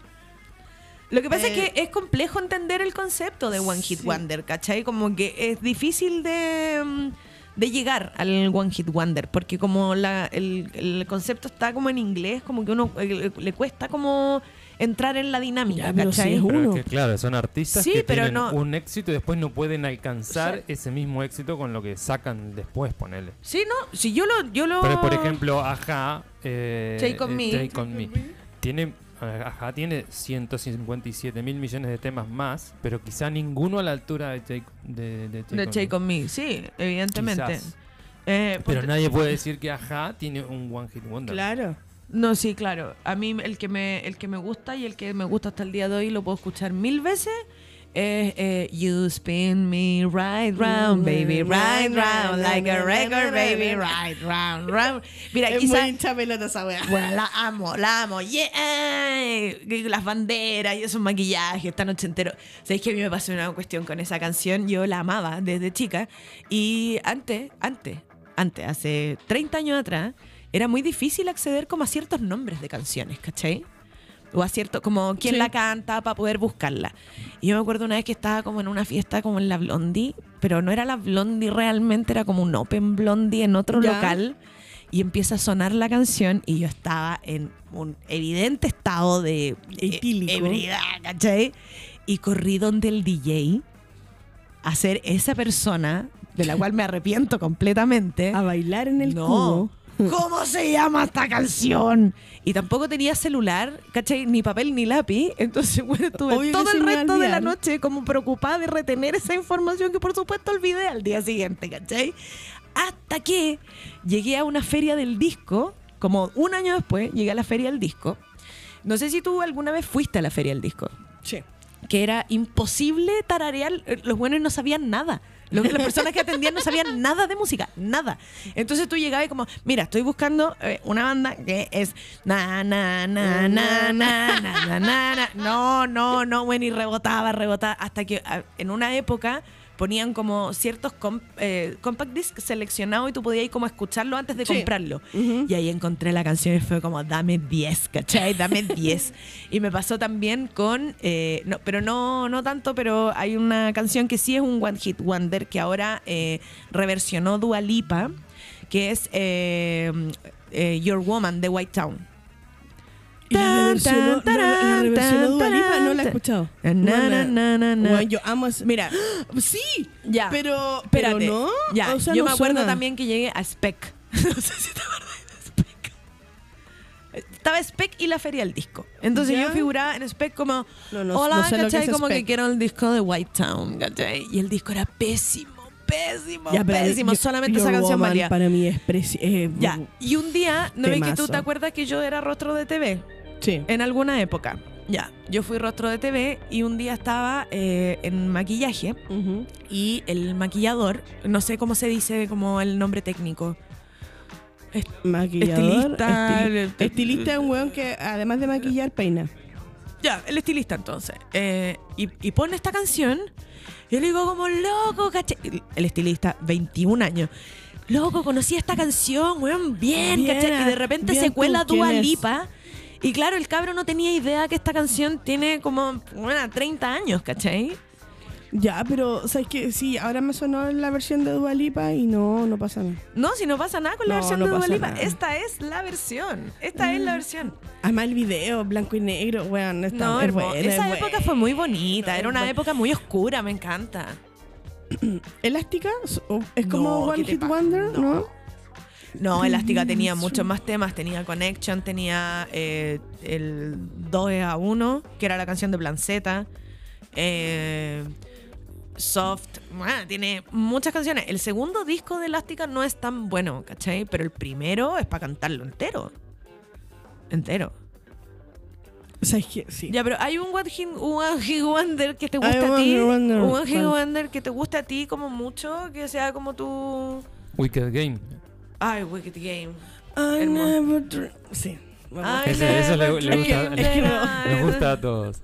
Speaker 2: Lo que pasa es
Speaker 1: Eh,
Speaker 2: que es complejo entender el concepto de One Hit
Speaker 1: sí.
Speaker 2: Wonder, ¿cachai? Como que es difícil de, mm, de llegar al One Hit Wonder, porque como la- el, el concepto está como en inglés, como que uno eh, le cuesta como entrar en la dinámica,
Speaker 1: Ya, pero sí
Speaker 2: ¿cachai?
Speaker 1: es
Speaker 3: Pero es
Speaker 1: Uno.
Speaker 3: que, claro, son artistas
Speaker 2: Sí,
Speaker 3: que
Speaker 2: pero
Speaker 3: tienen
Speaker 2: no-
Speaker 3: un éxito y después no pueden alcanzar ese mismo éxito con lo que sacan después, ponele.
Speaker 2: Sí, no, si yo lo... Yo lo
Speaker 3: Pero, por ejemplo, Aja. Eh,
Speaker 2: Take on
Speaker 3: eh,
Speaker 2: Me.
Speaker 3: Take on Me. Tiene. eh, Aja tiene 157 mil millones de temas más, pero quizá ninguno a la altura de Take, de, de Take
Speaker 2: De
Speaker 3: on
Speaker 2: Take
Speaker 3: Me.
Speaker 2: On Me, sí, evidentemente.
Speaker 3: Quizás.
Speaker 2: Eh,
Speaker 3: Pero
Speaker 2: ponte-
Speaker 3: nadie puede decir que Aja tiene un One Hit Wonder.
Speaker 1: Claro.
Speaker 2: No, sí, claro. A mí el que me, el que me gusta y el que me gusta hasta el día de hoy lo puedo escuchar mil veces. Es eh, You spin me right round, baby, right round, like a record, baby, right round, round. Mira,
Speaker 1: es muy
Speaker 2: quizás.
Speaker 1: hincha pelota esa wea.
Speaker 2: Bueno, la amo, la amo. Yeah. Y Las banderas y esos maquillajes, esta noche entero. Sabéis que a mí me pasó una cuestión con esa canción. Yo la amaba desde chica. Y antes, antes, antes, hace 30 años atrás, era muy difícil acceder como a ciertos nombres de canciones, ¿cachai? O a cierto, como quién
Speaker 1: Sí.
Speaker 2: la canta para poder buscarla. Y yo me acuerdo una vez que estaba como en una fiesta como en la Blondie, pero no era la Blondie realmente, era como un Open Blondie en otro
Speaker 1: Ya.
Speaker 2: local y empieza a sonar la canción y yo estaba en un evidente estado de e-
Speaker 1: Etílico.
Speaker 2: ebriedad, ¿cachai? Y corrí donde el DJ a ser esa persona de la cual me arrepiento completamente.
Speaker 1: A bailar en el
Speaker 2: No.
Speaker 1: cubo.
Speaker 2: ¿Cómo se llama esta canción? Y tampoco tenía celular, ¿cachai? Ni papel ni lápiz. Entonces, bueno, estuve
Speaker 1: Obvio que
Speaker 2: todo
Speaker 1: se
Speaker 2: el
Speaker 1: me va a
Speaker 2: resto de la
Speaker 1: olvidar.
Speaker 2: noche como preocupada de retener esa información que, por supuesto, olvidé al día siguiente, ¿cachai? Hasta que llegué a una feria del disco, como un año después, llegué a la feria del disco. No sé si tú alguna vez fuiste a la feria del disco.
Speaker 1: Sí.
Speaker 2: que era imposible tararear. Eh, Los buenos no sabían nada. Los- las personas que atendían no sabían nada de música, nada. Entonces tú llegabas y como, mira, estoy buscando eh, una banda que es na na na na na na na na na". no no no bueno y rebotaba rebotaba hasta que ah, en una época ponían como ciertos comp- eh, compact disc seleccionados y tú podías ir como a escucharlo antes de
Speaker 1: Sí.
Speaker 2: comprarlo.
Speaker 1: Ujú.
Speaker 2: Y ahí encontré la canción y fue como, dame 10, ¿cachai? Dame 10. y me pasó también con, eh, no, pero no, no tanto, pero hay una canción que sí es un One Hit Wonder que ahora eh, reversionó Dua Lipa, que es eh, eh, Your Woman de White Town.
Speaker 1: Y la reversionó, no, la reversionó Dua Lipa, no la he escuchado.
Speaker 2: Na, na, na, na, na.
Speaker 1: Bueno, yo amo esa-
Speaker 2: Mira,
Speaker 1: Sí,
Speaker 2: ya.
Speaker 1: pero, pero
Speaker 2: espérate.
Speaker 1: no.
Speaker 2: Ya,
Speaker 1: o sea,
Speaker 2: yo
Speaker 1: no
Speaker 2: me acuerdo
Speaker 1: suena.
Speaker 2: también que llegué a Spec. no sé si te acuerdas de Spec. Estaba Spec y la feria del disco. Entonces
Speaker 1: Ya.
Speaker 2: yo figuraba en Spec como,
Speaker 1: No, no-
Speaker 2: hola,
Speaker 1: no sé lo que
Speaker 2: ¿cachai?
Speaker 1: es
Speaker 2: como que
Speaker 1: Spec".
Speaker 2: quiero el disco de White Town, ¿cachai? Y el disco era pésimo, pésimo,
Speaker 1: Ya, pero
Speaker 2: pésimo.
Speaker 1: yo-
Speaker 2: Solamente
Speaker 1: Your
Speaker 2: esa canción
Speaker 1: Woman
Speaker 2: valía.
Speaker 1: Para mí es preci- eh,
Speaker 2: Ya, y un día, ¿no ves que tú
Speaker 1: Temazo.
Speaker 2: te acuerdas que yo era rostro de TV?
Speaker 1: Sí.
Speaker 2: En alguna época. Ya, yo fui rostro de TV y un día estaba eh, en maquillaje
Speaker 1: Ujú.
Speaker 2: y el maquillador, no sé cómo se dice como el nombre técnico.
Speaker 1: Maquillador.
Speaker 2: Estilista,
Speaker 1: estil-
Speaker 2: el-
Speaker 1: estilista es un weón que además de maquillar peina.
Speaker 2: Ya, el estilista entonces. Eh, y, y pone esta canción. Y yo le digo como, loco, caché. El- El estilista, 21 años. Loco, conocí esta canción, weón, bien,
Speaker 1: Bien,
Speaker 2: caché. Y de repente
Speaker 1: bien
Speaker 2: se
Speaker 1: tú,
Speaker 2: cuela
Speaker 1: ¿quién
Speaker 2: Dua
Speaker 1: es?
Speaker 2: Lipa. Y claro, el cabro no tenía idea que esta canción tiene como, bueno, 30 años, ¿cachai?
Speaker 1: Ya, pero sabes que sí, ahora me sonó la versión de Dua Lipa y no, no pasa nada.
Speaker 2: No, si no pasa nada con la
Speaker 1: No,
Speaker 2: versión
Speaker 1: no
Speaker 2: de Dua
Speaker 1: pasa
Speaker 2: Lipa.
Speaker 1: nada.
Speaker 2: Esta es la versión. Esta es la versión.
Speaker 1: Además el video, blanco y negro, weón, está
Speaker 2: No,
Speaker 1: es
Speaker 2: hermoso.
Speaker 1: buena,
Speaker 2: Esa
Speaker 1: es
Speaker 2: época
Speaker 1: buena.
Speaker 2: fue muy bonita. Era
Speaker 1: es
Speaker 2: una
Speaker 1: buena.
Speaker 2: época muy oscura, me encanta.
Speaker 1: ¿Elástica? ¿O ¿Es como
Speaker 2: No, ¿qué
Speaker 1: One
Speaker 2: te
Speaker 1: Hit
Speaker 2: pasa?
Speaker 1: Wonder?
Speaker 2: No.
Speaker 1: No.
Speaker 2: No, Elástica
Speaker 1: Mm,
Speaker 2: tenía muchos más temas. Tenía Connection, tenía eh, el 2 a 1, que era la canción de Blanceta. eh, Soft. Bueno, tiene muchas canciones. El segundo disco de Elástica no es tan bueno, ¿cachai? Pero el primero es para cantarlo entero. Entero.
Speaker 1: ¿Sabes qué? Sí.
Speaker 2: Ya, pero hay un One Hit, One Hit Wonder que te
Speaker 1: Hay
Speaker 2: gusta a
Speaker 1: One
Speaker 2: ti.
Speaker 1: Hit Wonder.
Speaker 2: Un One Hit
Speaker 1: ¿Cuál?
Speaker 2: Wonder que te gusta a ti como mucho, que sea como tu...
Speaker 3: Wicked Game.
Speaker 2: Ay, Wicked Game.
Speaker 1: I
Speaker 2: Hermoso.
Speaker 1: never dream- Sí. bueno.
Speaker 2: Ay,
Speaker 3: Ese- eso le-
Speaker 2: never
Speaker 3: le gusta-
Speaker 2: dreamed
Speaker 1: es que no.
Speaker 2: that I-
Speaker 3: Nos gusta a todos.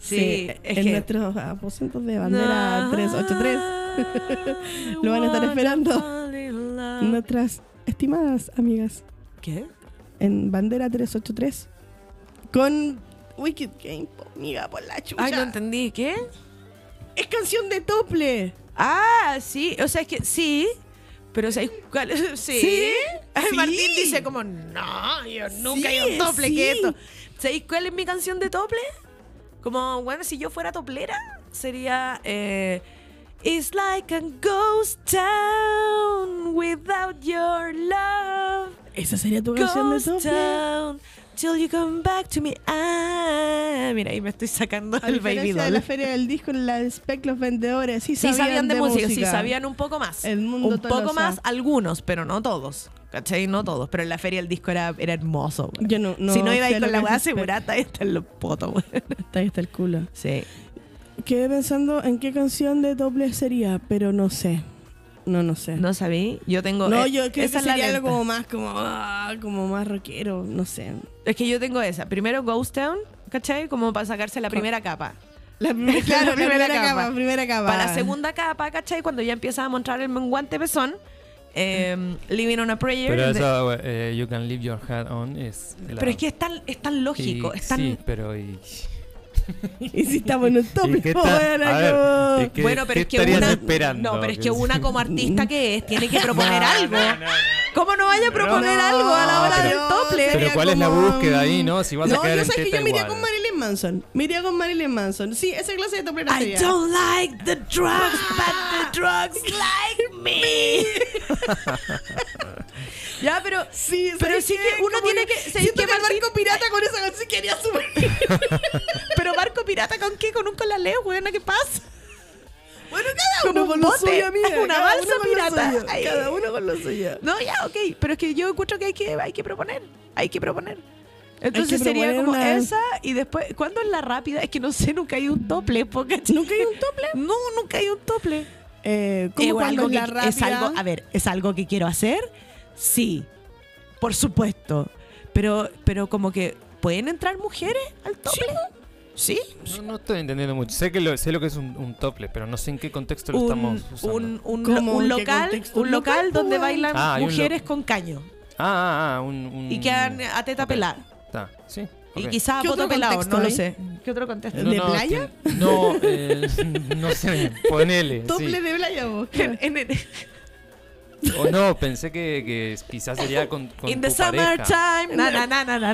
Speaker 2: Sí, es
Speaker 1: en
Speaker 2: que...
Speaker 1: nuestros aposentos de bandera
Speaker 2: No,
Speaker 1: 383,
Speaker 2: I
Speaker 1: Lo van a estar
Speaker 2: wanna
Speaker 1: esperando.
Speaker 2: fall in love.
Speaker 1: nuestras estimadas amigas
Speaker 2: ¿Qué?
Speaker 1: en bandera 383 con Wicked Game, po, amiga, por la chucha.
Speaker 2: Ay, no entendí. ¿Qué?
Speaker 1: es canción de Tople.
Speaker 2: Ah, sí. O sea, es que sí. Pero ¿sabes cuál? Sí.
Speaker 1: ¿Sí?
Speaker 2: Ay,
Speaker 1: Sí.
Speaker 2: Martín dice como, no, yo nunca
Speaker 1: Sí,
Speaker 2: he ido a tople
Speaker 1: sí.
Speaker 2: que esto. ¿Sabéis cuál es mi canción de tople? Como, bueno, si yo fuera toplera, sería... eh, It's like a ghost town without your love.
Speaker 1: Esa sería tu canción de
Speaker 2: Ghost
Speaker 1: Tople.
Speaker 2: town till you come back to me. Ah, mira, ahí me estoy sacando
Speaker 1: A
Speaker 2: el baby
Speaker 1: diferencia de
Speaker 2: doll.
Speaker 1: la feria del disco, en la de Spec, los vendedores sí,
Speaker 2: Sí sabían, de, música, sí sabían un poco más.
Speaker 1: El mundo
Speaker 2: un poco
Speaker 1: Tolosa.
Speaker 2: más algunos, pero no todos. ¿Cachai? No todos. Pero en la feria el disco era, era hermoso. güey.
Speaker 1: Yo no- no
Speaker 2: si no iba
Speaker 1: sé
Speaker 2: ahí
Speaker 1: lo
Speaker 2: con la
Speaker 1: que
Speaker 2: weá
Speaker 1: es Spec.
Speaker 2: segurata, ahí está en los potos, güey.
Speaker 1: Está ahí está el culo.
Speaker 2: Sí.
Speaker 1: Quedé pensando en qué canción de Tople sería, pero no sé. No, no sé.
Speaker 2: No sabí. Yo tengo.
Speaker 1: No,
Speaker 2: eh,
Speaker 1: yo creo
Speaker 2: esa
Speaker 1: que
Speaker 2: es la
Speaker 1: sería
Speaker 2: lenta.
Speaker 1: algo como más como, ah, como más rockero, no sé.
Speaker 2: Es que yo tengo esa. Primero Ghost Town, ¿cachai? Como para sacarse la primera capa.
Speaker 1: La primera,
Speaker 2: Claro,
Speaker 1: la primera,
Speaker 2: primera
Speaker 1: capa,
Speaker 2: capa.
Speaker 1: primera capa.
Speaker 2: Para la segunda capa, ¿cachai? Cuando ya empieza a mostrar el menguante pezón. eh, Living on a Prayer.
Speaker 3: Pero
Speaker 2: de-
Speaker 3: eso, eh, You Can Leave Your Hat On, es. la-
Speaker 2: Pero es que es tan, es tan lógico.
Speaker 3: y-
Speaker 2: es tan-
Speaker 3: Sí, pero. Y,
Speaker 1: Y si estamos en un
Speaker 3: ¿y
Speaker 1: tope,
Speaker 3: qué
Speaker 1: po,
Speaker 3: tal?
Speaker 1: weón,
Speaker 3: A ver,
Speaker 1: como-
Speaker 3: ¿y qué-
Speaker 2: bueno, pero
Speaker 3: qué
Speaker 2: es que
Speaker 3: estarías
Speaker 2: una.
Speaker 3: esperando?
Speaker 2: No, pero es que una como artista que es, tiene que proponer
Speaker 3: No,
Speaker 2: algo.
Speaker 3: no, no, no.
Speaker 2: ¿Cómo no vaya a proponer
Speaker 1: No,
Speaker 2: algo a la hora
Speaker 3: pero-
Speaker 2: del tople?
Speaker 1: Sería
Speaker 3: Pero ¿cuál es la
Speaker 1: como-
Speaker 3: búsqueda ahí, no? Si vas a
Speaker 1: No,
Speaker 3: quedar
Speaker 1: yo
Speaker 3: en
Speaker 1: sabes que
Speaker 3: teta
Speaker 1: yo me iría
Speaker 3: igual.
Speaker 1: con Marilyn Manson. Me iría con Marilyn Manson. Sí, esa clase de toplera
Speaker 2: I
Speaker 1: sería.
Speaker 2: don't like the drugs, but the drugs like me. ya, pero.
Speaker 1: Sí,
Speaker 2: Pero
Speaker 1: ¿sabes
Speaker 2: sí
Speaker 1: qué?
Speaker 2: que uno
Speaker 1: Como
Speaker 2: tiene
Speaker 1: yo-
Speaker 2: que- ¿sabes
Speaker 1: Siento
Speaker 2: qué,
Speaker 1: que el
Speaker 2: Martín?
Speaker 1: barco pirata con esa canción quería subir.
Speaker 2: Pero barco pirata, ¿con qué? ¿Con un colaleo, buena ¿Qué pasa?
Speaker 1: Bueno, cada
Speaker 2: Con
Speaker 1: uno
Speaker 2: un
Speaker 1: con lo
Speaker 2: bote.
Speaker 1: suyo, amiga.
Speaker 2: Es una
Speaker 1: cada
Speaker 2: balsa
Speaker 1: uno con lo
Speaker 2: pirata.
Speaker 1: suyo,
Speaker 2: Ay.
Speaker 1: Cada uno con lo suyo.
Speaker 2: No, ya, ok. Pero es que yo encuentro que hay que, hay que proponer. Hay que proponer. Entonces
Speaker 1: que
Speaker 2: sería
Speaker 1: proponer
Speaker 2: como
Speaker 1: una-
Speaker 2: esa y después. ¿Cuándo es la rápida? Es que no sé, nunca hay un tople, po, ¿cachai?
Speaker 1: Nunca hay un tople.
Speaker 2: No, nunca hay un tople.
Speaker 1: Eh, como
Speaker 2: Eh, o
Speaker 1: cuando
Speaker 2: algo
Speaker 1: en la
Speaker 2: que- es
Speaker 1: rápida-
Speaker 2: algo, a ver, ¿es algo que quiero hacer? Sí, por supuesto. Pero, pero como que, ¿pueden entrar mujeres al tople? Sí.
Speaker 3: No, no estoy entendiendo mucho. Sé que lo, sé lo que es un, un topless, pero no sé en qué contexto lo
Speaker 2: Un,
Speaker 3: estamos usando.
Speaker 2: un, un-
Speaker 1: ¿Cómo?
Speaker 2: un
Speaker 1: ¿En qué
Speaker 2: local,
Speaker 1: contexto?
Speaker 2: un
Speaker 1: Un local,
Speaker 2: local
Speaker 1: pues,
Speaker 2: donde
Speaker 1: weón.
Speaker 2: bailan
Speaker 3: Ah, hay un lo-
Speaker 2: mujeres con caño
Speaker 3: Ah, ah, ah, un, un-
Speaker 2: y quedan a teta
Speaker 3: ok.
Speaker 2: pelada.
Speaker 3: Está, sí.
Speaker 2: Y
Speaker 3: ok.
Speaker 2: quizás
Speaker 1: ¿Qué
Speaker 2: a poto
Speaker 1: otro
Speaker 2: pelado,
Speaker 1: contexto
Speaker 2: no lo
Speaker 1: hay?
Speaker 2: sé. ¿Qué otro contexto?
Speaker 1: ¿De playa?
Speaker 3: tien- no, eh, no sé, ponele.
Speaker 1: Tople
Speaker 3: sí.
Speaker 1: de playa, vos.
Speaker 2: En- en- en-
Speaker 3: O no, pensé que, que quizás sería con, con
Speaker 2: In
Speaker 3: tu
Speaker 2: the
Speaker 3: pareja.
Speaker 2: summertime. Na, na, na, na, na,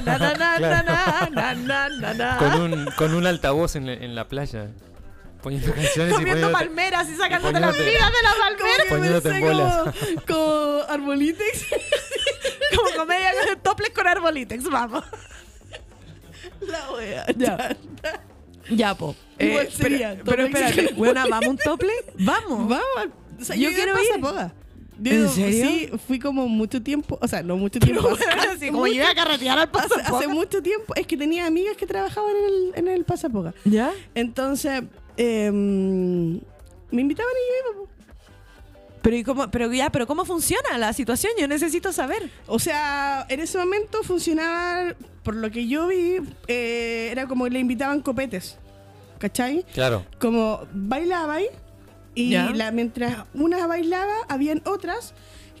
Speaker 2: na, na, na, na, na, na, na, na, na.
Speaker 3: Con un, con un altavoz en la, en la playa. Poniendo canciones
Speaker 2: Comiendo
Speaker 3: y poniéndote-
Speaker 2: palmeras y sacándote las
Speaker 3: poniéndote-
Speaker 2: vidas de la palmera.
Speaker 3: Poniéndote en bolas.
Speaker 1: Como, como arbolitex.
Speaker 2: Como comedia con toples con arbolitex, vamos.
Speaker 1: La wea.
Speaker 2: Ya. Ya, po.
Speaker 1: Igual
Speaker 2: Eh,
Speaker 1: sería,
Speaker 2: pero, pero
Speaker 1: toples.
Speaker 2: espérate, buena, ¿vamos a un tople? Vamos.
Speaker 1: Vamos. al- o sea,
Speaker 2: Yo
Speaker 1: yo,
Speaker 2: quiero
Speaker 1: quiero
Speaker 2: ir.
Speaker 1: ir. Poca.
Speaker 2: ¿En serio?
Speaker 1: Sí, fui como mucho tiempo, o sea, no mucho tiempo. hace,
Speaker 2: Así como
Speaker 1: mucho-
Speaker 2: yo iba a carretear al
Speaker 1: hace- hace
Speaker 2: pasaporte.
Speaker 1: mucho tiempo, es que tenía amigas que trabajaban en el, en el pasapoca.
Speaker 2: ¿Ya?
Speaker 1: Entonces, em, me invitaban y yo iba. po.
Speaker 2: Pero, ¿y cómo, pero ya, pero ¿cómo funciona la situación? Yo necesito saber.
Speaker 1: O sea, en ese momento funcionaba, por lo que yo vi, eh, era como que le invitaban copetes. ¿Cachai?
Speaker 3: Claro.
Speaker 1: como bailaba ahí, y
Speaker 2: Ya.
Speaker 1: la, mientras una bailaba habían otras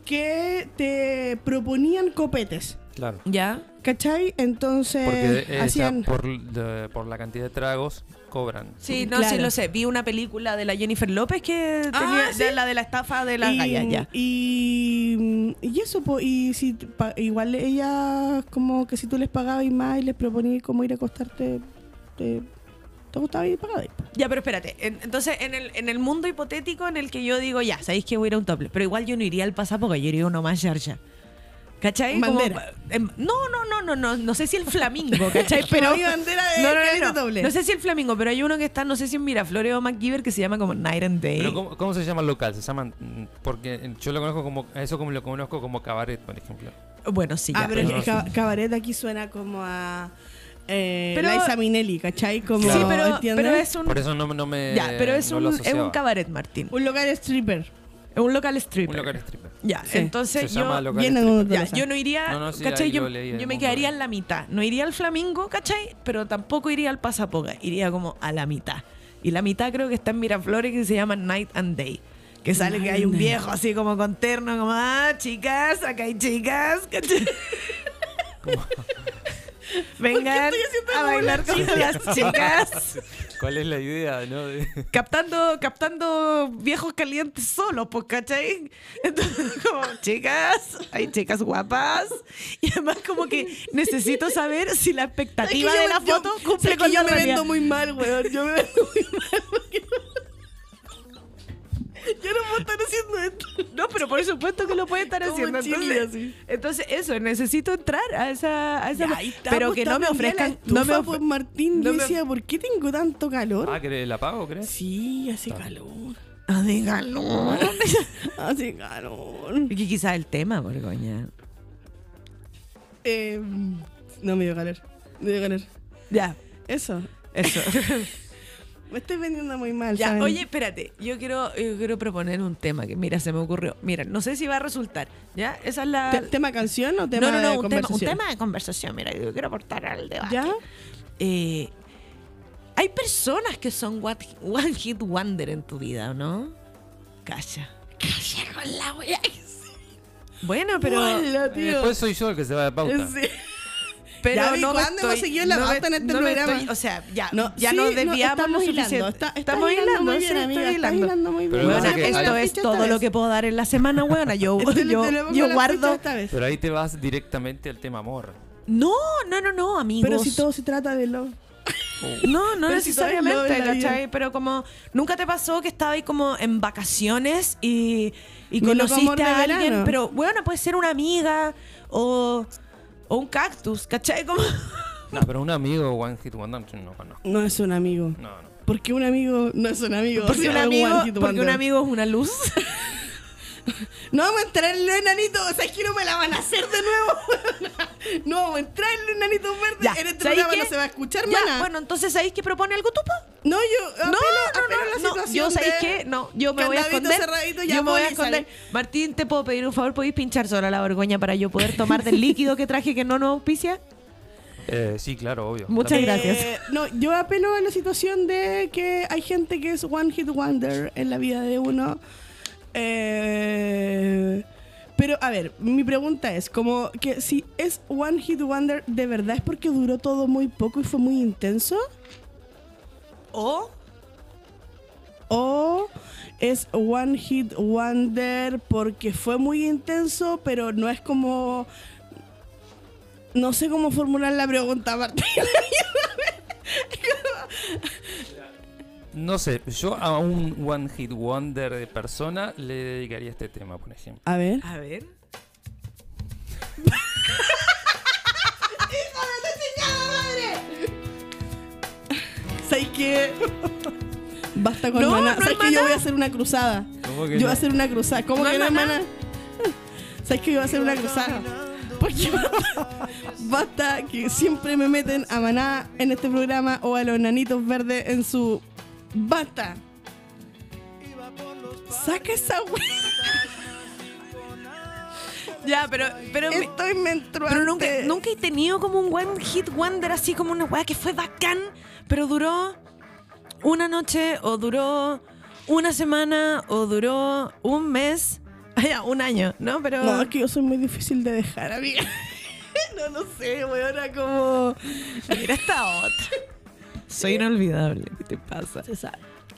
Speaker 1: que te proponían copetes
Speaker 3: Claro.
Speaker 2: ¿Ya?
Speaker 1: ¿cachai? entonces
Speaker 3: Porque eh,
Speaker 1: hacían
Speaker 3: ya por, de- por la cantidad de tragos cobran.
Speaker 2: Sí, no,
Speaker 1: Claro.
Speaker 2: sí lo sé. Vi una película de la Jennifer López que
Speaker 1: Ah,
Speaker 2: tenía
Speaker 1: sí.
Speaker 2: de la de la estafa de la
Speaker 1: y,
Speaker 2: galla, ya.
Speaker 1: y y eso po, y si t- pa- igual ellas como que si tú les pagabas y más y les proponías como ir a acostarte te, te gustaba ir pagada
Speaker 2: Ya, pero espérate. En- entonces, en el, en el mundo hipotético en el que yo digo, ya, sabéis que voy a ir a un tople, pero igual yo no iría al pasapoca, yo iría a uno más charcha. ¿Cachai? Como-
Speaker 1: Bandera.
Speaker 2: em, no, no, no, no, no, no sé si el flamingo, ¿cachai?
Speaker 1: Pero hay bandera de
Speaker 2: no, no, no,
Speaker 1: Caleta
Speaker 2: no.
Speaker 1: Doble.
Speaker 2: No sé si el flamingo, pero hay uno que está, no sé si en Miraflores o MacGyver, que se llama como Night and Day.
Speaker 3: Pero ¿cómo, cómo se llama el local? Se llaman mm, porque yo lo conozco como a eso como lo conozco como cabaret, por ejemplo.
Speaker 2: Bueno, sí, ya.
Speaker 1: ah pero
Speaker 2: pero-
Speaker 1: el
Speaker 3: no,
Speaker 1: ca- cabaret aquí suena como a eh,
Speaker 2: Pero-
Speaker 1: Liza Minnelli ¿cachai? como
Speaker 2: sí, pero,
Speaker 1: ¿entiendes?
Speaker 2: pero es un...
Speaker 3: Por eso no, no me
Speaker 2: ya, pero es,
Speaker 3: no
Speaker 2: un,
Speaker 3: lo
Speaker 2: es un
Speaker 3: asociaba.
Speaker 2: cabaret, Martín.
Speaker 1: un lugar stripper
Speaker 2: Es un local stripper.
Speaker 3: Un local stripper.
Speaker 2: Ya,
Speaker 1: Sí.
Speaker 3: Se
Speaker 2: entonces yo...
Speaker 3: llama local
Speaker 1: lleno de
Speaker 3: stripper.
Speaker 1: unos
Speaker 2: Ya,
Speaker 1: Rosa.
Speaker 2: yo no iría,
Speaker 3: No, no, sí,
Speaker 2: ¿cachai?
Speaker 3: ahí
Speaker 2: Yo,
Speaker 3: lo leí,
Speaker 2: yo
Speaker 3: el
Speaker 2: me
Speaker 3: mundo
Speaker 2: quedaría
Speaker 3: ahí.
Speaker 2: en la mitad. No iría al Flamingo, ¿cachai? Pero tampoco iría al Pasapoga. Iría como a la mitad. Y la mitad creo que está en Miraflores que se llama Night and Day. Que sale que hay un viejo así como con terno, como, ah, chicas, acá hay chicas, ¿cachai? Vengan a bailar con las chicas.
Speaker 3: ¿Cuál es la idea, no? De-
Speaker 2: captando, captando viejos calientes solos, pues, ¿cachai? Entonces, como, chicas, hay chicas guapas. Y además, como que necesito saber si la expectativa
Speaker 1: Es que
Speaker 2: de
Speaker 1: yo-
Speaker 2: la
Speaker 1: yo-
Speaker 2: foto
Speaker 1: es
Speaker 2: cumple
Speaker 1: que
Speaker 2: con
Speaker 1: yo
Speaker 2: la
Speaker 1: me
Speaker 2: realidad.
Speaker 1: vendo muy mal, weón. Yo me vendo muy mal porque yo no puedo estar haciendo esto.
Speaker 2: No, pero por supuesto que lo puede estar
Speaker 1: Como
Speaker 2: haciendo.
Speaker 1: chiquilla,
Speaker 2: Entonces,
Speaker 1: sí.
Speaker 2: entonces, eso, necesito entrar a esa... a esa-
Speaker 1: Ya, ahí está,
Speaker 2: pero
Speaker 1: pues,
Speaker 2: que no me
Speaker 1: también la
Speaker 2: ofrezcan...
Speaker 1: estufa,
Speaker 2: No me ofre-
Speaker 1: pues, Martín,
Speaker 2: no
Speaker 1: yo
Speaker 2: me-
Speaker 1: decía, ¿por qué tengo tanto calor?
Speaker 3: ah, ¿crees? ¿La pago, crees?
Speaker 1: sí, hace calor.
Speaker 2: Ah, de galón.
Speaker 1: Hace calor.
Speaker 2: Y que quizás el tema, Borgoña.
Speaker 1: Eh, no me dio calor. Me dio calor.
Speaker 2: Ya,
Speaker 1: Eso.
Speaker 2: eso.
Speaker 1: Me estoy vendiendo muy mal.
Speaker 2: Ya,
Speaker 1: ¿saben?
Speaker 2: oye, espérate, yo quiero, yo quiero proponer un tema que, mira, se me ocurrió. Mira, no sé si va a resultar, ¿ya? Esa es la...
Speaker 1: ¿Te- ¿Tema canción o tema
Speaker 2: no, no, no,
Speaker 1: de
Speaker 2: un tema, un
Speaker 1: conversación?
Speaker 2: tema de conversación, mira, yo quiero aportar al debate.
Speaker 1: ¿Ya?
Speaker 2: Eh, hay personas que son what- one hit wonder en tu vida, ¿o ¿no? Calla. Calla con la wea Bueno, pero...
Speaker 1: Hola,
Speaker 3: Eh,
Speaker 1: tío.
Speaker 3: Después soy yo el que se va de pauta.
Speaker 1: Sí.
Speaker 2: pero
Speaker 1: Ya vi
Speaker 2: no me
Speaker 1: cuándo hemos
Speaker 2: estoy-
Speaker 1: seguido la
Speaker 2: no me-
Speaker 1: pauta en este
Speaker 2: no me
Speaker 1: programa.
Speaker 2: estoy- o sea, ya,
Speaker 1: No,
Speaker 2: ya
Speaker 1: sí,
Speaker 2: nos
Speaker 1: no,
Speaker 2: desviamos
Speaker 1: estamos
Speaker 2: lo
Speaker 1: hilando,
Speaker 2: suficiente.
Speaker 1: está- estás
Speaker 2: estamos
Speaker 1: hilando
Speaker 2: hilando,
Speaker 1: muy
Speaker 2: sí,
Speaker 1: bien, amiga,
Speaker 2: estoy
Speaker 1: estás
Speaker 2: hilando.
Speaker 1: hilando muy
Speaker 3: Pero
Speaker 1: bien.
Speaker 3: bueno,
Speaker 2: Weona,
Speaker 1: Te
Speaker 3: que
Speaker 1: la pongo
Speaker 2: esto
Speaker 1: la
Speaker 2: es
Speaker 1: ficha
Speaker 2: todo
Speaker 1: esta
Speaker 2: lo
Speaker 1: vez.
Speaker 2: que puedo dar en la semana, weona. Yo,
Speaker 1: Te la-
Speaker 2: yo,
Speaker 1: te la pongo
Speaker 2: yo
Speaker 1: la ficha
Speaker 2: guardo.
Speaker 1: esta vez.
Speaker 3: Pero ahí te vas directamente al tema amor.
Speaker 2: No, no, no, no, amigos.
Speaker 1: Pero si todo se trata de love.
Speaker 2: No, no
Speaker 1: Pero si todo es
Speaker 2: necesariamente,
Speaker 1: love en la vida.
Speaker 2: ¿cachai? Pero como, ¿nunca te pasó que estabas ahí como en vacaciones y, y
Speaker 1: Mi loco amor
Speaker 2: conociste
Speaker 1: de
Speaker 2: a alguien?
Speaker 1: verano.
Speaker 2: Pero, bueno, puede ser una amiga o, o un cactus, ¿cachai? Como...
Speaker 3: No, pero un amigo One Hit Wonder yo no conozco.
Speaker 1: No es un amigo.
Speaker 3: No, no.
Speaker 1: Porque un amigo no es un amigo. O
Speaker 2: Porque
Speaker 1: sea,
Speaker 2: un,
Speaker 1: un
Speaker 2: amigo,
Speaker 1: one hit
Speaker 2: porque un
Speaker 1: wonder.
Speaker 2: amigo es una luz.
Speaker 1: No vamos a entrar en lo enanito. O sea, es que no me la van a hacer de nuevo. No vamos a entrar en los nanitos verdes.
Speaker 2: Ya,
Speaker 1: En este
Speaker 2: ¿sabéis
Speaker 1: programa no
Speaker 2: qué?
Speaker 1: se va a escuchar,
Speaker 2: Ya,
Speaker 1: mana.
Speaker 2: bueno, entonces sabéis que propone algo tupo.
Speaker 1: no, yo apelo,
Speaker 2: No, no,
Speaker 1: apelo a la
Speaker 2: Ah, no, no,
Speaker 1: situación
Speaker 2: yo sabéis
Speaker 1: de-
Speaker 2: que no, yo me voy a
Speaker 1: candadito
Speaker 2: esconder.
Speaker 1: cerradito, ya
Speaker 2: Yo me voy a
Speaker 1: voy y sale.
Speaker 2: esconder. Martín, te puedo pedir un favor, podéis pinchar sola la vergüenza para yo poder tomar del líquido que traje que no nos auspicia.
Speaker 3: Eh, sí, claro, obvio.
Speaker 2: Muchas
Speaker 1: Eh,
Speaker 2: gracias.
Speaker 1: No, yo apelo a la situación de que hay gente que es one hit wonder en la vida de uno. Eh, pero a ver, mi pregunta es como que si es one hit wonder de verdad es porque duró todo muy poco y fue muy intenso
Speaker 2: O
Speaker 1: o es one hit wonder porque fue muy intenso pero no es como no sé cómo formular la pregunta Martín.
Speaker 3: No sé, yo a un One Hit Wonder de persona le dedicaría este tema, por ejemplo.
Speaker 1: A ver.
Speaker 2: a ver.
Speaker 1: ¿Sabes qué? Basta con
Speaker 2: No,
Speaker 1: maná.
Speaker 2: no hay
Speaker 1: ¿Sabes que yo
Speaker 2: maná.
Speaker 1: voy a hacer una cruzada?
Speaker 3: ¿Cómo
Speaker 1: Yo
Speaker 3: que
Speaker 1: voy
Speaker 3: no?
Speaker 1: a hacer una cruzada. ¿Cómo
Speaker 2: ¿No
Speaker 1: que
Speaker 2: hay
Speaker 1: no hay
Speaker 2: maná?
Speaker 1: maná? ¿Sabes que yo voy a hacer una cruzada? Porque basta que siempre me meten a maná en este programa o a los nanitos verdes en su... ¡Basta! Saca esa wea.
Speaker 2: Ya, pero pero mi-
Speaker 1: Estoy menstruante.
Speaker 2: pero nunca nunca he tenido como un one hit wonder así como una weá que fue bacán, pero duró una noche o duró una semana o duró un mes. Ah, ya, un año, ¿no? Pero
Speaker 1: No, es que yo soy muy difícil de dejar, amiga. No lo sé, weona, como...
Speaker 2: Mira esta otra. Soy inolvidable. ¿Qué te pasa?
Speaker 3: Pero es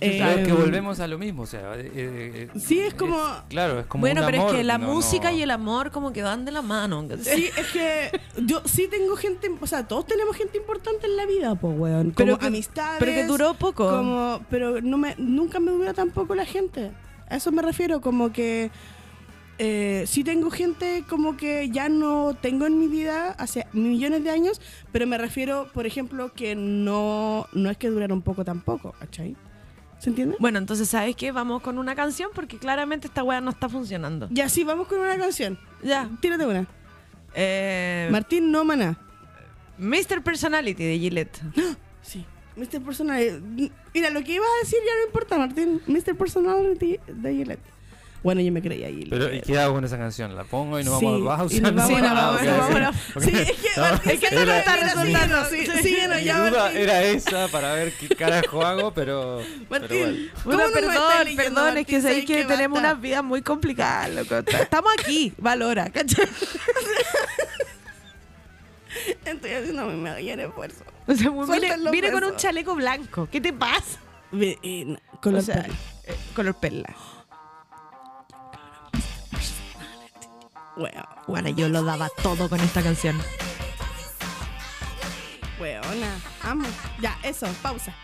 Speaker 1: Eh,
Speaker 3: que volvemos a lo mismo, o sea. eh, eh, eh,
Speaker 1: Sí, es como...
Speaker 3: claro, es como.
Speaker 2: bueno,
Speaker 3: un
Speaker 2: pero
Speaker 3: amor,
Speaker 2: es que la
Speaker 3: no, no.
Speaker 2: música y el amor como que van de la mano. ¿cachai?
Speaker 1: Sí, es que yo sí tengo gente, o sea, todos tenemos gente importante en la vida, pues, weón. Como
Speaker 2: Pero que-
Speaker 1: amistades.
Speaker 2: pero que duró poco.
Speaker 1: Como, pero no me, nunca me dura tampoco la gente. A eso me refiero, como que eh, sí tengo gente como que ya no tengo en mi vida hace millones de años, pero me refiero, por ejemplo, que no, no es que duraron poco tampoco, ¿cachai? ¿Se entiende?
Speaker 2: Bueno, entonces, ¿sabes qué? Vamos con una canción porque claramente esta weá no está funcionando.
Speaker 1: Y así vamos con una canción.
Speaker 2: Ya.
Speaker 1: Tírate una.
Speaker 2: Eh,
Speaker 1: Martín No Maná.
Speaker 2: Mr. Personality de Gillette.
Speaker 1: Sí. Mr. Personality. eh, Mira, lo que ibas a decir ya no importa, Martín. Mr. Personality de Gillette. Bueno, yo me creía Gillette.
Speaker 3: Pero, ¿y qué hago con esa canción? ¿La pongo y no Ah,
Speaker 1: Sí,
Speaker 3: vamos a
Speaker 1: y
Speaker 3: pausa?
Speaker 1: nos vamos
Speaker 2: a la pausa, vámonos.
Speaker 1: Sí, es que Martín,
Speaker 2: Es que
Speaker 1: se
Speaker 2: no
Speaker 1: lo
Speaker 2: lo está
Speaker 1: mira,
Speaker 2: resultando.
Speaker 1: síguenos,
Speaker 2: Sí.
Speaker 1: sí, síguenos
Speaker 3: Mi
Speaker 1: ya,
Speaker 3: duda
Speaker 1: Martín.
Speaker 3: era esa para ver qué carajo hago, pero. pero bueno.
Speaker 1: Martín, ¿cómo
Speaker 2: Puta,
Speaker 1: no nos estás
Speaker 2: perdón,
Speaker 1: leyendo,
Speaker 2: perdón, es que sabéis
Speaker 1: Martín? ¿Sabes
Speaker 2: que,
Speaker 1: qué?
Speaker 2: tenemos
Speaker 1: Basta.
Speaker 2: unas vidas muy complicadas, loco. Estamos aquí, valora, ¿cachai?
Speaker 1: Estoy haciendo mi mayor esfuerzo.
Speaker 2: O sea, muy-
Speaker 1: Suelta
Speaker 2: vine,
Speaker 1: los
Speaker 2: vine con
Speaker 1: besos.
Speaker 2: un chaleco blanco. ¿Qué te pasa?
Speaker 1: Ve- eh, no, Con
Speaker 2: O
Speaker 1: la
Speaker 2: sea, eh, color perla.
Speaker 1: Weona.
Speaker 2: Bueno, yo lo daba todo con esta canción.
Speaker 1: Weona. Amo. Ya, eso, pausa.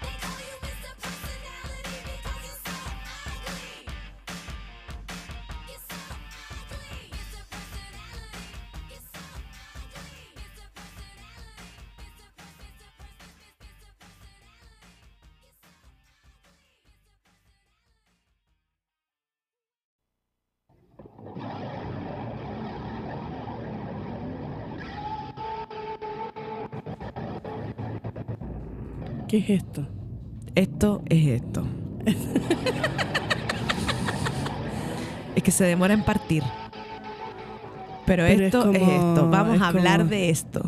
Speaker 1: ¿Qué es esto?
Speaker 2: Esto es esto. es que se demora en partir. Pero,
Speaker 1: Pero es
Speaker 2: esto es,
Speaker 1: como-
Speaker 2: esto. Vamos
Speaker 1: es
Speaker 2: a hablar
Speaker 1: como-
Speaker 2: de esto.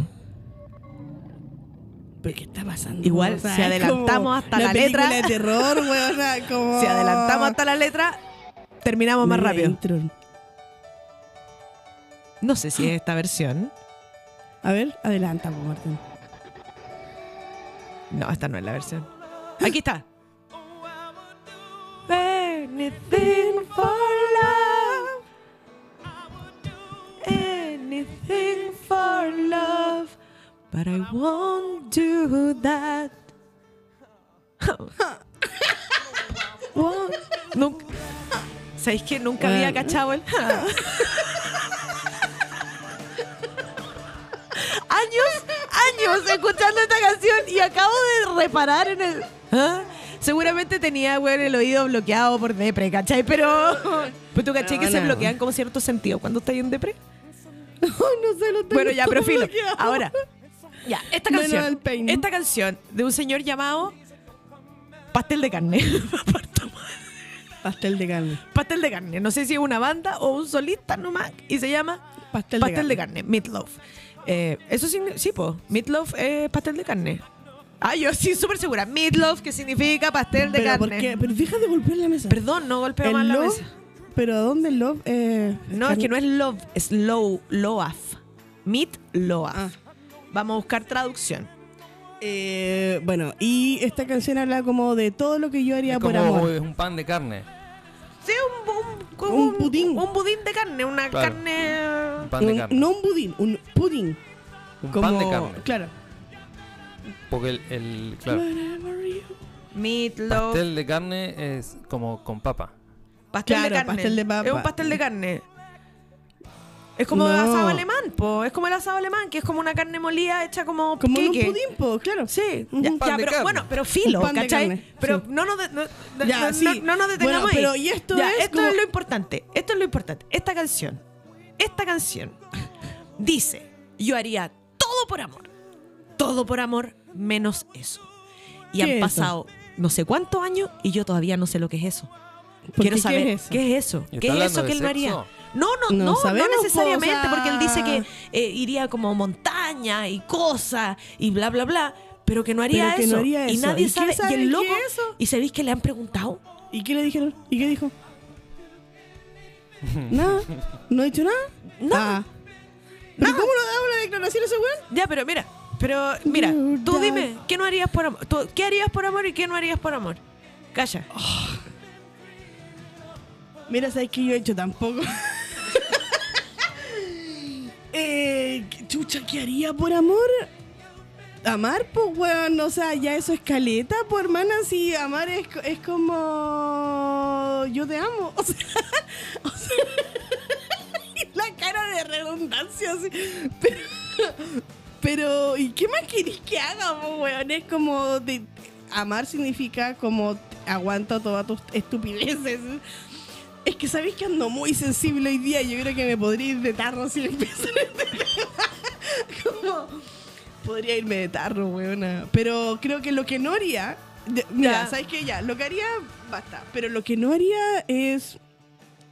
Speaker 1: ¿Pero qué está pasando?
Speaker 2: Igual, si
Speaker 1: es
Speaker 2: adelantamos
Speaker 1: como
Speaker 2: hasta
Speaker 1: una
Speaker 2: la letra-
Speaker 1: película de terror, weona, como...
Speaker 2: Si adelantamos hasta la letra, terminamos más
Speaker 1: Mira,
Speaker 2: rápido.
Speaker 1: intro.
Speaker 2: No sé si es esta versión.
Speaker 1: A ver, adelanta, pues, Martín.
Speaker 2: No, esta no es la versión. Aquí está. Anything for love. Anything for love. But I won't do that. Won't- Nunca- ¿Sabéis que nunca había
Speaker 1: Bueno.
Speaker 2: cachado el años, años escuchando esta canción y acabo de reparar en el. ¿Ah? Seguramente tenía weón, el oído bloqueado por depre, ¿cachai? Pero. Pero tú caché que se
Speaker 1: no.
Speaker 2: bloquean como cierto sentido cuando estáis en depre.
Speaker 1: no sé, lo tengo
Speaker 2: Bueno, ya,
Speaker 1: todo
Speaker 2: pero filo.
Speaker 1: bloqueado.
Speaker 2: Ahora, ya, esta
Speaker 1: Menos
Speaker 2: canción.
Speaker 1: el peine.
Speaker 2: Esta canción de un señor llamado Pastel de Carne.
Speaker 1: Pastel de carne.
Speaker 2: Pastel de Carne. No sé si es una banda o un solista nomás. Y se llama
Speaker 1: Pastel,
Speaker 2: pastel de carne, meatloaf. Eh, eso sí, sí, po. Meatloaf es pastel de carne. Ah, yo sí, súper segura. Meatloaf, que significa pastel de
Speaker 1: pero,
Speaker 2: carne.
Speaker 1: ¿por qué? pero deja de golpear la mesa.
Speaker 2: Perdón, no golpeo
Speaker 1: El
Speaker 2: mal la
Speaker 1: loaf,
Speaker 2: mesa.
Speaker 1: ¿Pero a dónde el love? Eh,
Speaker 2: No, es que no es love, es low, loaf. Meatloaf.
Speaker 1: Ah.
Speaker 2: Vamos a buscar traducción.
Speaker 1: Eh, bueno, y esta canción habla como de todo lo que yo haría
Speaker 3: Es
Speaker 1: por
Speaker 3: como
Speaker 1: amor.
Speaker 3: es un pan de carne.
Speaker 2: Sí, un, un, como
Speaker 1: Un pudín.
Speaker 2: Un budín de carne, eh, una
Speaker 3: Claro. Un
Speaker 2: carne...
Speaker 3: pan de
Speaker 1: Un-
Speaker 3: carne.
Speaker 1: no un budín, un pudding.
Speaker 3: un
Speaker 1: como,
Speaker 3: pan de carne.
Speaker 1: Claro.
Speaker 3: Porque el, el- claro,
Speaker 2: Meatloaf.
Speaker 3: pastel de carne es como con papa.
Speaker 2: Pastel
Speaker 1: Claro,
Speaker 2: de carne.
Speaker 1: pastel de papa.
Speaker 2: Es un pastel de carne. Es como el
Speaker 1: No.
Speaker 2: asado alemán, po. Es como el asado alemán, que es como una carne molida hecha como
Speaker 1: Como en un
Speaker 2: queque.
Speaker 1: pudín, po, claro.
Speaker 2: Sí,
Speaker 1: Un
Speaker 2: ya,
Speaker 1: pan
Speaker 2: ya,
Speaker 3: de
Speaker 2: pero
Speaker 3: carne.
Speaker 2: bueno, pero filo,
Speaker 1: Un pan de
Speaker 2: ¿cachai?
Speaker 1: carne,
Speaker 2: pero
Speaker 1: sí.
Speaker 2: no, nos de- no, no-
Speaker 1: Ya,
Speaker 2: no-
Speaker 1: sí.
Speaker 2: no- no nos detengamos
Speaker 1: Bueno,
Speaker 2: ahí.
Speaker 1: pero ¿y esto
Speaker 2: Ya,
Speaker 1: es
Speaker 2: esto
Speaker 1: como-
Speaker 2: es lo importante, esto es lo importante. Esta canción, esta canción dice, yo haría todo por amor, todo por amor menos eso. Y
Speaker 1: ¿Qué
Speaker 2: han
Speaker 1: es eso?
Speaker 2: pasado no sé cuántos años y yo todavía no sé lo que es eso.
Speaker 1: ¿Por
Speaker 2: Quiero
Speaker 1: qué? ¿Qué
Speaker 2: saber
Speaker 1: es eso?
Speaker 2: qué es eso,
Speaker 3: ¿Y está
Speaker 2: qué es
Speaker 3: hablando
Speaker 2: eso que
Speaker 3: de
Speaker 2: él no haría.
Speaker 3: sexo?
Speaker 2: No, no,
Speaker 1: No
Speaker 2: no, no,
Speaker 1: sabemos, po,
Speaker 2: necesariamente,
Speaker 1: o sea-
Speaker 2: porque él dice que eh, iría como montaña y cosas y bla, bla, bla, pero que no haría,
Speaker 1: Pero que
Speaker 2: eso.
Speaker 1: no haría
Speaker 2: Y
Speaker 1: eso.
Speaker 2: nadie
Speaker 1: ¿Y
Speaker 2: sabe,
Speaker 1: quién sabe
Speaker 2: y
Speaker 1: qué
Speaker 2: el loco,
Speaker 1: es eso?
Speaker 2: ¿y sabéis que le han preguntado?
Speaker 1: ¿Y qué le dijeron? ¿Y qué dijo? nada. ¿No ha dicho nada?
Speaker 2: No,
Speaker 1: Ah. ¿Pero cómo no da una declaración ese weón?
Speaker 2: ya, pero mira, pero mira,
Speaker 1: You
Speaker 2: tú
Speaker 1: die.
Speaker 2: dime, ¿qué no harías por amor? Tú, ¿Qué harías por amor y qué no harías por amor? Calla.
Speaker 1: Oh, Mira, ¿sabes qué yo he hecho tampoco? eh, chucha, ¿qué haría por amor? Amar, pues, weón, o sea, ya eso es caleta, pues, hermana, si amar es, co- es como... Yo te amo, o sea, o sea, y la cara de redundancia, así, pero... Pero, ¿y qué más querés que haga, po, weón? Es como... de- amar significa como aguanto todas tus estupideces, es que sabéis que ando muy sensible hoy día. Yo creo que me podría ir de tarro si empiezo este tema. Como, podría irme de tarro, weona. Pero creo que lo que no haría. de- mira,
Speaker 2: Ya.
Speaker 1: ¿sabes qué? Ya, lo que haría, basta. Pero lo que no haría es.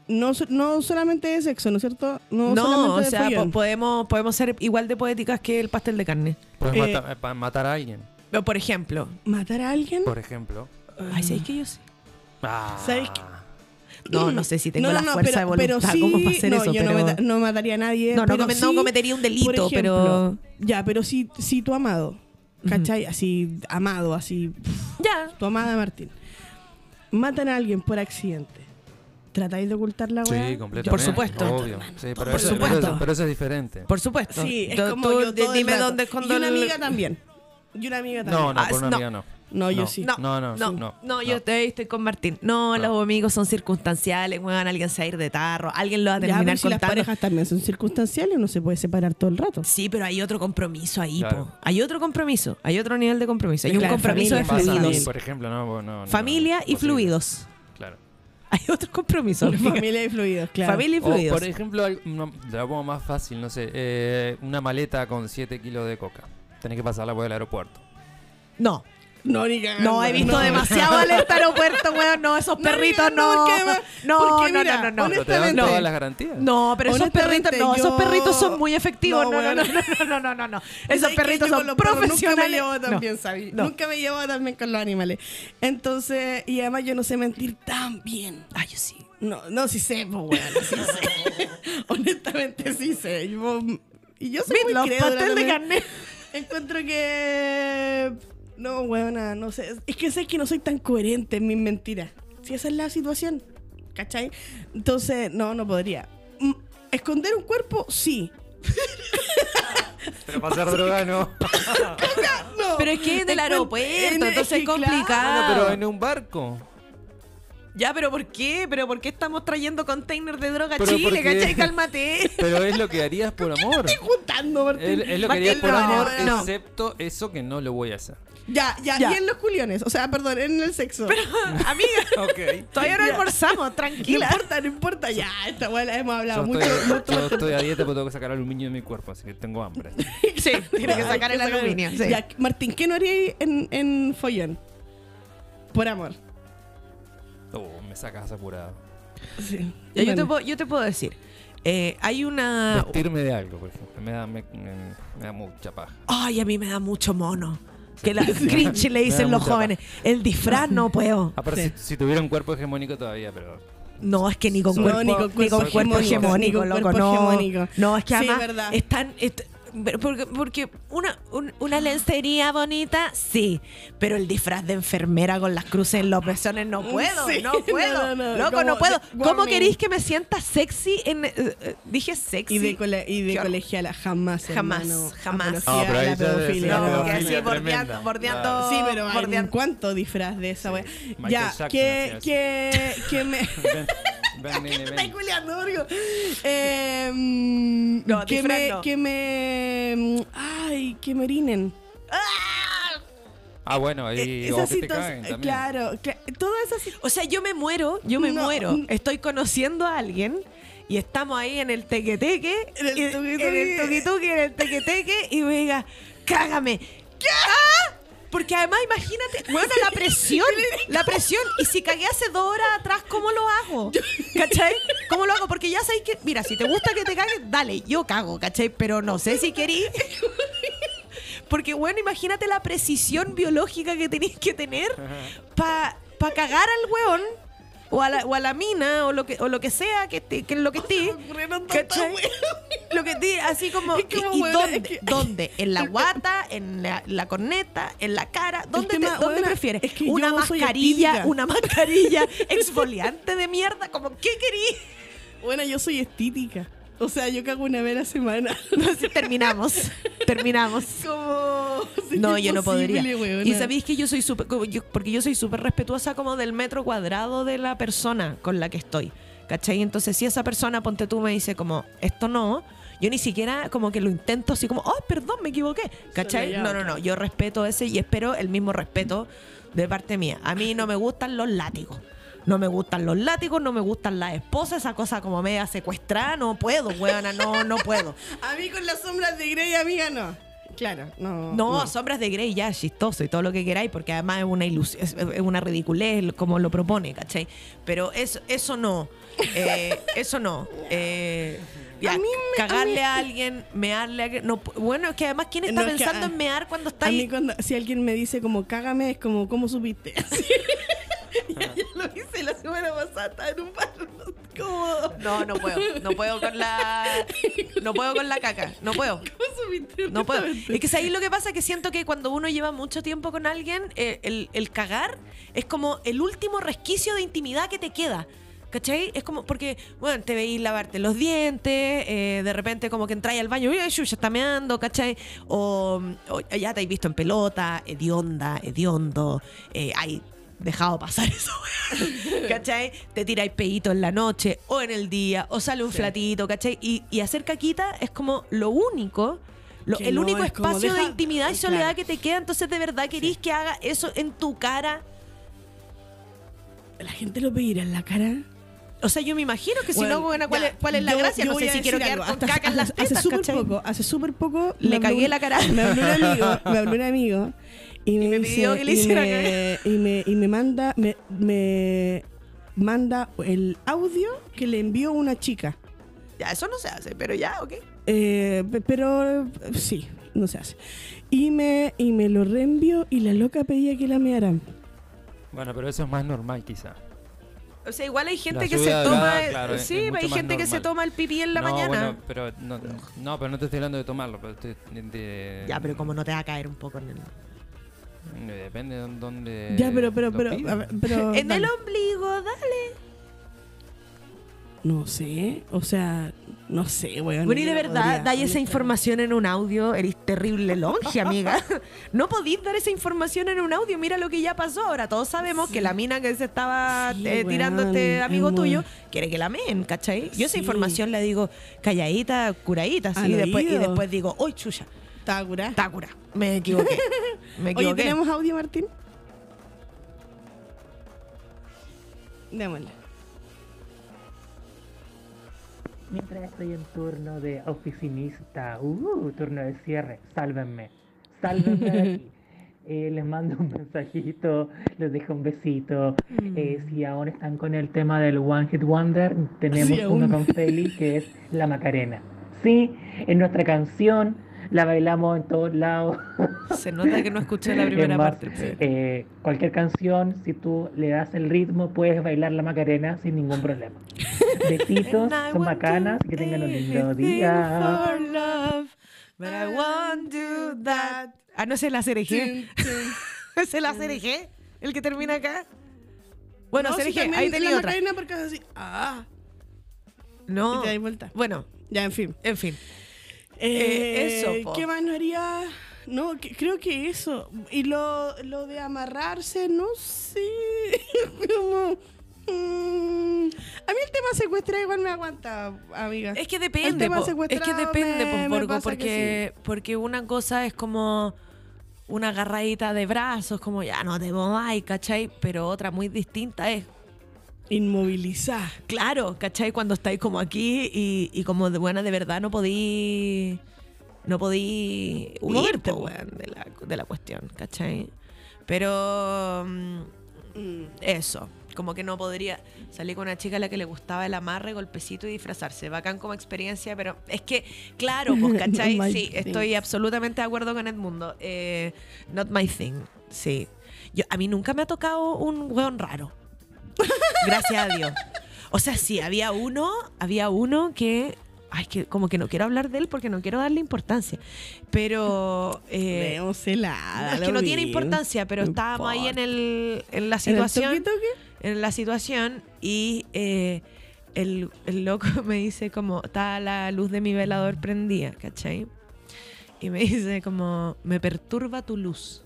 Speaker 1: No, so- no solamente de sexo, ¿no es cierto? No,
Speaker 2: No,
Speaker 1: solamente
Speaker 2: o
Speaker 1: de
Speaker 2: sea, po-
Speaker 1: follón.
Speaker 2: podemos, podemos ser igual de poéticas que el pastel de carne.
Speaker 3: Puedes
Speaker 1: Eh,
Speaker 3: matar, eh, pa- matar a alguien,
Speaker 2: Pero, Por ejemplo,
Speaker 1: ¿Matar a alguien?
Speaker 3: por ejemplo.
Speaker 2: ay, ¿sabéis que yo sí?
Speaker 3: Ah,
Speaker 1: ¿Sabes qué?
Speaker 2: No, no sé si tengo
Speaker 1: No, no,
Speaker 2: la
Speaker 1: no,
Speaker 2: fuerza
Speaker 1: pero-
Speaker 2: de
Speaker 1: pero
Speaker 2: voluntad
Speaker 1: sí-
Speaker 2: como para hacer
Speaker 1: no,
Speaker 2: eso,
Speaker 1: yo no
Speaker 2: pero-
Speaker 1: mata- no mataría a nadie.
Speaker 2: No, no
Speaker 1: pero
Speaker 2: come- no
Speaker 1: sí-
Speaker 2: cometería un delito,
Speaker 1: por ejemplo,
Speaker 2: pero-
Speaker 1: Ya, pero sí, sí tu amado. ¿Cachai? Así, amado, así,
Speaker 2: Ya.
Speaker 1: tu amada Martín. Matan a alguien por accidente. ¿Tratáis de ocultar la weá?
Speaker 3: Sí, completamente.
Speaker 2: Por supuesto.
Speaker 3: Obvio. Sí, pero,
Speaker 1: Por
Speaker 3: eso,
Speaker 1: supuesto.
Speaker 3: Pero, eso, pero eso es diferente.
Speaker 2: Por supuesto.
Speaker 1: Sí, es
Speaker 2: Tú-
Speaker 1: como
Speaker 2: tú
Speaker 1: yo
Speaker 2: di-
Speaker 1: todo el
Speaker 2: dime
Speaker 1: rato.
Speaker 2: dónde es cuando
Speaker 1: Y una
Speaker 2: el-
Speaker 1: amiga también. Y una amiga también.
Speaker 3: no, no,
Speaker 2: Ah,
Speaker 3: por una
Speaker 2: no.
Speaker 3: amiga no.
Speaker 1: No, yo sí.
Speaker 2: No,
Speaker 3: No, no,
Speaker 2: no,
Speaker 3: sí,
Speaker 2: no,
Speaker 3: no,
Speaker 2: yo
Speaker 3: no.
Speaker 2: estoy, estoy con Martín. No,
Speaker 3: No.
Speaker 2: los amigos son circunstanciales, weón, alguien se va a ir de tarro, alguien lo va a
Speaker 1: Ya,
Speaker 2: terminar
Speaker 1: pero si las
Speaker 2: contando.
Speaker 1: parejas también son circunstanciales, no se puede separar todo el rato.
Speaker 2: Sí, pero hay otro compromiso ahí, po.
Speaker 3: Claro.
Speaker 2: Hay otro compromiso, hay otro nivel de compromiso. Hay
Speaker 1: Claro,
Speaker 2: un compromiso
Speaker 1: familia.
Speaker 2: de
Speaker 3: Pasa a mí,
Speaker 2: fluidos.
Speaker 3: por ejemplo, no, no, no, no,
Speaker 2: Familia y
Speaker 3: imposible.
Speaker 2: fluidos.
Speaker 3: Claro.
Speaker 2: Hay otro compromiso. amiga.
Speaker 1: Familia y fluidos, claro.
Speaker 2: Familia y
Speaker 3: O,
Speaker 2: fluidos.
Speaker 3: por ejemplo, al- no, te la pongo más fácil, no sé, eh, una maleta con 7 kilos de coca. Tenés que pasarla por el aeropuerto.
Speaker 2: No,
Speaker 1: No, ni cagando.
Speaker 2: no, he visto demasiado al aeropuerto, weón. No, esos perritos, no.
Speaker 1: no, porque además-
Speaker 2: No,
Speaker 1: porque
Speaker 2: no,
Speaker 1: mira,
Speaker 2: no, no, no.
Speaker 1: honest-
Speaker 3: Pero te dan
Speaker 1: Honestamente.
Speaker 3: todas las garantías.
Speaker 2: No, pero esos
Speaker 1: Honestamente,
Speaker 2: perritos, no, esos
Speaker 1: yo-
Speaker 2: perritos son muy efectivos.
Speaker 1: No,
Speaker 2: No, no, no,
Speaker 1: bueno.
Speaker 2: no, no, no, no, no.
Speaker 1: ¿Sabes
Speaker 2: Esos
Speaker 1: qué?
Speaker 2: perritos
Speaker 1: Yo
Speaker 2: son
Speaker 1: con los perros Nunca me
Speaker 2: profesionales.
Speaker 1: llevaba tan
Speaker 2: No,
Speaker 1: bien, ¿sabí?
Speaker 2: no.
Speaker 1: Nunca me llevaba tan bien con los animales. Entonces, y además yo no sé mentir tan bien.
Speaker 2: Ah, yo sí.
Speaker 1: No, no, sí sé, pues, weón, sí sé. Honestamente, sí sé. Yo, y yo soy
Speaker 2: Meatloaf,
Speaker 1: muy crédula
Speaker 2: pastel de
Speaker 1: también.
Speaker 2: carne.
Speaker 1: Encuentro que... No, weona, no sé. Es que sé que no soy tan coherente en mis mentiras. Si esa es la situación, ¿cachai? Entonces, no, no podría. Mm, Esconder un cuerpo, sí.
Speaker 3: Pero pasar droga no.
Speaker 1: No.
Speaker 2: Pero es que es del
Speaker 1: Encuent-
Speaker 2: aeropuerto,
Speaker 1: en-
Speaker 2: entonces es
Speaker 1: que claro.
Speaker 2: complicado.
Speaker 3: Bueno, pero en un barco.
Speaker 2: Ya, pero ¿por qué? ¿Pero por qué estamos trayendo container de droga a
Speaker 3: Pero
Speaker 2: Chile?
Speaker 3: porque-
Speaker 2: ¿Cachai? Cálmate.
Speaker 3: Pero es lo que harías por amor.
Speaker 1: Estoy juntando, Martín.
Speaker 3: Es, es lo que
Speaker 2: Martín,
Speaker 3: harías por
Speaker 2: no,
Speaker 3: amor,
Speaker 2: no, no.
Speaker 3: excepto eso que no lo voy a hacer.
Speaker 1: Ya, ya,
Speaker 2: Ya.
Speaker 1: Y en los culiones. O sea, perdón, en el sexo.
Speaker 2: Amiga,
Speaker 3: Ok.
Speaker 2: todavía no almorzamos,
Speaker 1: no
Speaker 2: tranquila.
Speaker 1: importa, no importa. Ya, esta weá la hemos hablado
Speaker 3: Yo
Speaker 1: mucho.
Speaker 3: estoy,
Speaker 1: mucho
Speaker 3: yo
Speaker 1: más
Speaker 3: estoy a dieta porque tengo que sacar aluminio de mi cuerpo, así que tengo hambre.
Speaker 2: Sí, tiene que sacar el
Speaker 1: Hay que
Speaker 2: aluminio. sí.
Speaker 1: Ya, Martín, ¿qué no haría en, en follón? Por amor.
Speaker 3: Oh, me sacas apurado.
Speaker 1: Pues Sí.
Speaker 2: Ya, yo, te
Speaker 1: Bueno.
Speaker 2: puedo, yo te puedo decir. eh, hay una.
Speaker 3: Vestirme de algo, por ejemplo. Me da, me- me- me da mucha paja.
Speaker 2: Ay, a mí me da mucho mono. Que la cringe le
Speaker 3: Me da
Speaker 2: dicen los
Speaker 3: mucha
Speaker 2: jóvenes. El disfraz no puedo.
Speaker 3: Aparte, Ah, si, si tuviera un cuerpo hegemónico todavía, pero.
Speaker 2: No, es que ni con
Speaker 3: No,
Speaker 2: cuerpo,
Speaker 1: ni con
Speaker 2: ni con
Speaker 1: cuerpo
Speaker 2: cuerpo hegemónico,
Speaker 1: hegemónico, ni con
Speaker 2: loco,
Speaker 1: cuerpo
Speaker 2: no.
Speaker 1: hegemónico.
Speaker 2: No, es que
Speaker 1: Sí,
Speaker 2: además
Speaker 1: verdad.
Speaker 2: están... est- pero porque porque una, un- una lencería bonita, sí, pero el disfraz de enfermera con las cruces en los pezones, no puedo,
Speaker 1: Mm, Sí,
Speaker 2: no
Speaker 1: no,
Speaker 2: puedo,
Speaker 1: no, no,
Speaker 2: loco,
Speaker 1: como
Speaker 2: no puedo.
Speaker 1: de-
Speaker 2: ¿Cómo
Speaker 1: warning.
Speaker 2: queréis que me sienta sexy? En, eh, eh, dije sexy.
Speaker 1: Y de, cole- y de
Speaker 2: Qué horror.
Speaker 1: colegiala, jamás.
Speaker 2: Jamás,
Speaker 1: hermano.
Speaker 2: jamás.
Speaker 1: Apología
Speaker 3: No, pero
Speaker 1: a
Speaker 3: ahí
Speaker 1: la
Speaker 3: ya-
Speaker 1: pedofilia.
Speaker 3: ya-
Speaker 2: No,
Speaker 3: la
Speaker 2: porque así
Speaker 3: pedofilia
Speaker 2: bordeando,
Speaker 3: tremenda.
Speaker 2: bordeando,
Speaker 1: Sí, pero hay un
Speaker 2: bordeando.
Speaker 1: cuánto disfraz de esa wea.
Speaker 3: Michael
Speaker 1: Ya,
Speaker 3: Jackson hacía
Speaker 1: que,
Speaker 3: eso.
Speaker 1: que, que me.
Speaker 3: Ven, ven, nene,
Speaker 1: Te
Speaker 3: ven.
Speaker 1: estáis culiando, Virgo. Eh, mm,
Speaker 2: No,
Speaker 1: que
Speaker 2: disfraz
Speaker 1: me,
Speaker 2: no.
Speaker 1: que me. mm, Ay, que me orinen.
Speaker 3: Ah, bueno,
Speaker 2: E-,
Speaker 3: ahí. o
Speaker 1: Esas
Speaker 3: que te
Speaker 1: situa-
Speaker 3: caguen también.
Speaker 1: Claro, cla- todas esas situaciones.
Speaker 2: O sea, yo me muero, yo me
Speaker 1: No.
Speaker 2: muero. Estoy conociendo a alguien y estamos ahí en el tequeteque,
Speaker 1: En el
Speaker 2: y-
Speaker 1: tuquituqui.
Speaker 2: en el tuquituqui, en el tequeteque, y me diga, cágame. ¿Qué? ¡Ah! Porque además, imagínate, bueno, la presión, la presión. Y si cagué hace dos horas atrás, ¿cómo lo hago? ¿Cachai? ¿Cómo lo hago? Porque ya sabéis que, mira, si te gusta que te cagues, dale, yo cago, ¿cachai? Pero no sé si querís. Porque, bueno, imagínate la precisión biológica que tenéis que tener para cagar al weón o a la, o a la mina o lo que, o lo que sea que, esté- que lo que esté.
Speaker 1: Ocurrieron tantas
Speaker 2: ¿Cachai?
Speaker 1: weas.
Speaker 2: Lo que esté, así como.
Speaker 1: Es como,
Speaker 2: ¿Y, y
Speaker 1: weón,
Speaker 2: dónde?
Speaker 1: es que-
Speaker 2: ¿Dónde? ¿En la guata? ¿En la, la corneta? ¿En la cara? ¿Dónde, te-
Speaker 1: tema,
Speaker 2: dónde
Speaker 1: weona,
Speaker 2: prefieres?
Speaker 1: es que
Speaker 2: ¿Una
Speaker 1: yo soy
Speaker 2: mascarilla?
Speaker 1: estítica.
Speaker 2: ¿Una mascarilla exfoliante de mierda? Como, ¿qué querís?
Speaker 1: Bueno, yo soy estítica. O sea, yo cago una vez a la semana.
Speaker 2: Entonces, terminamos. Terminamos.
Speaker 1: Como.
Speaker 2: No, yo no podría. Y
Speaker 1: sabía
Speaker 2: sabéis que yo soy súper, como yo- porque yo soy súper respetuosa como del metro cuadrado de la persona con la que estoy. ¿Cachai? Entonces, si esa persona, ponte tú, me dice como, esto no, yo ni siquiera como que lo intento así como, oh, perdón, me equivoqué. ¿Cachai?
Speaker 1: ya
Speaker 2: No, no, no, yo respeto ese y espero el mismo respeto de parte mía. A mí no me gustan los látigos. No me gustan los látigos, no me gustan las esposas, esa cosa como media secuestrada, no puedo, weona, no, no puedo.
Speaker 1: A mí con las sombras de Grey, amiga, no. Claro, no.
Speaker 2: No, sombras de Grey ya, chistoso y todo lo que queráis, porque además es una ilusión, es, es una ridiculez como lo propone, ¿cachai? Pero eso, eso no, eh, eso no. eh, ya,
Speaker 1: A mí me- a
Speaker 2: cagarle
Speaker 1: mí-
Speaker 2: a, alguien, mearle a alguien, no, pu- bueno, es que además, ¿quién está
Speaker 1: No, es que,
Speaker 2: pensando
Speaker 1: ah,
Speaker 2: en mear cuando está
Speaker 1: A mí
Speaker 2: ahí?
Speaker 1: cuando, si alguien me dice como cágame, es como, ¿cómo supiste? Así. ya, ya lo hice la semana pasada estaba en un bar. Como,
Speaker 2: No, no puedo, no puedo con la, no puedo con la caca, no puedo.
Speaker 1: ¿cómo supiste?
Speaker 2: No puedo.
Speaker 1: Honestamente.
Speaker 2: Es que es ahí lo que pasa que siento que cuando uno lleva mucho tiempo con alguien, eh, el, el cagar es como el último resquicio de intimidad que te queda. ¿Cachai? Es como porque, bueno, te veís lavarte los dientes, eh, de repente como que entráis al baño, "Uy, shu, ya está meando, ¿cachai? O, o ya te habéis visto en pelota, hedionda, hediondo, eh, hay dejado pasar eso, ¿cachai? Te tiráis peito en la noche o en el día, o sale un flatito, ¿cachai? Y, y hacer caquita es como lo único, lo-
Speaker 1: Que
Speaker 2: el
Speaker 1: no,
Speaker 2: único
Speaker 1: es como
Speaker 2: espacio de
Speaker 1: deja-
Speaker 2: intimidad y
Speaker 1: claro.
Speaker 2: soledad que te queda, entonces de verdad querís que haga eso en tu cara.
Speaker 1: ¿La gente lo pedirá en la cara?
Speaker 2: O sea, yo me imagino que si
Speaker 1: Bueno,
Speaker 2: no, bueno, ¿cuál,
Speaker 1: ya,
Speaker 2: es, cuál es la
Speaker 1: yo-
Speaker 2: gracia?
Speaker 1: yo
Speaker 2: No
Speaker 1: voy
Speaker 2: sé
Speaker 1: a
Speaker 2: si quiero
Speaker 1: decir
Speaker 2: quedar
Speaker 1: algo.
Speaker 2: con
Speaker 1: Hasta-
Speaker 2: caca en las
Speaker 1: Hace
Speaker 2: tetas,
Speaker 1: súper
Speaker 2: ¿cachai?
Speaker 1: poco, hace súper poco.
Speaker 2: Le
Speaker 1: me habló
Speaker 2: cagué
Speaker 1: un-
Speaker 2: la cara.
Speaker 1: Me habló un amigo, me habló un amigo. Y me,
Speaker 2: me
Speaker 1: dice-
Speaker 2: pidió que le
Speaker 1: y
Speaker 2: hiciera
Speaker 1: me, y me, y me manda, me, me manda el audio que le envió una chica.
Speaker 2: Ya, eso no se hace, pero ya, ok.
Speaker 1: Eh, pe- pero eh, sí, no se hace. Y me, y me lo reenvió y la loca pedía que la mearan.
Speaker 3: Bueno, pero eso es más normal, quizá.
Speaker 2: O sea, igual hay gente
Speaker 3: La
Speaker 2: que se
Speaker 3: lluvia de
Speaker 2: toma.
Speaker 3: verdad, claro, es-
Speaker 2: sí, pues, hay
Speaker 3: es mucho
Speaker 2: gente
Speaker 3: más
Speaker 2: que se
Speaker 3: normal.
Speaker 2: toma el pipí en la
Speaker 3: no,
Speaker 2: mañana.
Speaker 3: Bueno, pero no, no, pero no te estoy hablando de tomarlo. Pero estoy de, de-
Speaker 2: Ya, pero como no te va a caer un poco en el.
Speaker 3: eh, Depende de dónde.
Speaker 1: ya, pero, pero,
Speaker 3: Eh, lo
Speaker 1: pero,
Speaker 3: pidan.
Speaker 1: a ver, pero.
Speaker 2: en
Speaker 1: dale.
Speaker 2: el ombligo, dale.
Speaker 1: No sé, o sea, No sé, weón.
Speaker 2: Bueno, y de
Speaker 1: yo no
Speaker 2: verdad,
Speaker 1: podría,
Speaker 2: dais esa
Speaker 1: honestamente.
Speaker 2: información en un audio, eres terrible longe, amiga. No podís dar esa información en un audio, mira lo que ya pasó. Ahora todos sabemos que la mina que se estaba
Speaker 1: Sí,
Speaker 2: eh, tirando
Speaker 1: weón,
Speaker 2: este amigo
Speaker 1: es muy-
Speaker 2: tuyo quiere que la men, ¿cachai? Yo esa
Speaker 1: Sí.
Speaker 2: información la digo calladita, curadita, así,
Speaker 1: Al
Speaker 2: y después, y
Speaker 1: oído.
Speaker 2: después digo, uy, chucha,
Speaker 1: Estaba curada.
Speaker 2: está cura, me equivoqué. Me equivoqué.
Speaker 1: Oye, ¿tenemos audio, Martín? Démosle.
Speaker 5: Mientras estoy en turno de oficinista, uh, turno de cierre, sálvenme, sálvenme de aquí. Eh, les mando un mensajito, les dejo un besito.
Speaker 1: Mm.
Speaker 5: Eh, si aún están con el tema del One Hit Wonder, tenemos
Speaker 1: Sí,
Speaker 5: uno
Speaker 1: aún.
Speaker 5: con Feli que es La Macarena. Sí, es nuestra canción, la bailamos en todos lados.
Speaker 2: Se nota que no escuché la
Speaker 5: Es
Speaker 2: primera
Speaker 5: más,
Speaker 2: parte. pues. pero-
Speaker 5: eh, cualquier canción, si tú le das el ritmo, puedes bailar la Macarena sin ningún problema.
Speaker 2: And
Speaker 5: Besitos,
Speaker 2: I
Speaker 5: son
Speaker 2: want
Speaker 5: bacanas,
Speaker 2: to
Speaker 5: que tengan un lindo
Speaker 2: everything
Speaker 5: día.
Speaker 2: for love, but I won't do that. Ah, no es el ACRG. es el ACRG, el que termina acá. Bueno,
Speaker 1: sí,
Speaker 2: ACRG,
Speaker 1: también
Speaker 2: ahí tenía
Speaker 1: la
Speaker 2: otra.
Speaker 1: Macarena porque es así. Ah,
Speaker 2: No.
Speaker 1: y te dais vuelta.
Speaker 2: Bueno,
Speaker 1: Ya, en fin.
Speaker 2: en fin.
Speaker 1: Eh,
Speaker 2: eso, po.
Speaker 1: ¿Qué más no haría? No, que- creo que eso. Y lo, lo de amarrarse, no sé. Como, mm, a mí el tema secuestra igual me aguanta, amiga.
Speaker 2: Es que depende,
Speaker 1: tema
Speaker 2: po. es que
Speaker 1: secuestrado
Speaker 2: depende,
Speaker 1: me-
Speaker 2: po,
Speaker 1: me
Speaker 2: Borgo,
Speaker 1: pasa
Speaker 2: porque, porque una cosa es como una agarradita de brazos, como ya no te mováis, ¿cachai? Pero otra muy distinta es
Speaker 1: Inmovilizar.
Speaker 2: Claro, ¿cachai? Cuando estáis como aquí y, y como de buena de verdad no podí. No podí huir
Speaker 1: Moverte,
Speaker 2: po,
Speaker 1: po.
Speaker 2: weón, de, la, de la cuestión, ¿cachai? Pero. mm, Eso. Como que no podría. Salí con una chica a la que le gustaba el amarre, golpecito y disfrazarse. Bacán como experiencia, pero es que, claro, pues, ¿cachai?
Speaker 1: Not my
Speaker 2: sí, estoy
Speaker 1: thing.
Speaker 2: absolutamente de acuerdo con Edmundo. Eh, not my thing, sí. Yo, a mí nunca me ha tocado un weón raro. Gracias a Dios. O sea, sí, había uno, había uno que. Ay, que como que no quiero hablar de él porque no quiero darle importancia. Pero. eh,
Speaker 1: Vemos helada.
Speaker 2: no, es que no tiene importancia, pero estábamos ahí en, el, en la
Speaker 1: situación.
Speaker 2: situación. En la situación y. eh, el, el loco me dice como, está la luz de mi velador prendida, ¿cachai? Y me dice como, me perturba tu luz.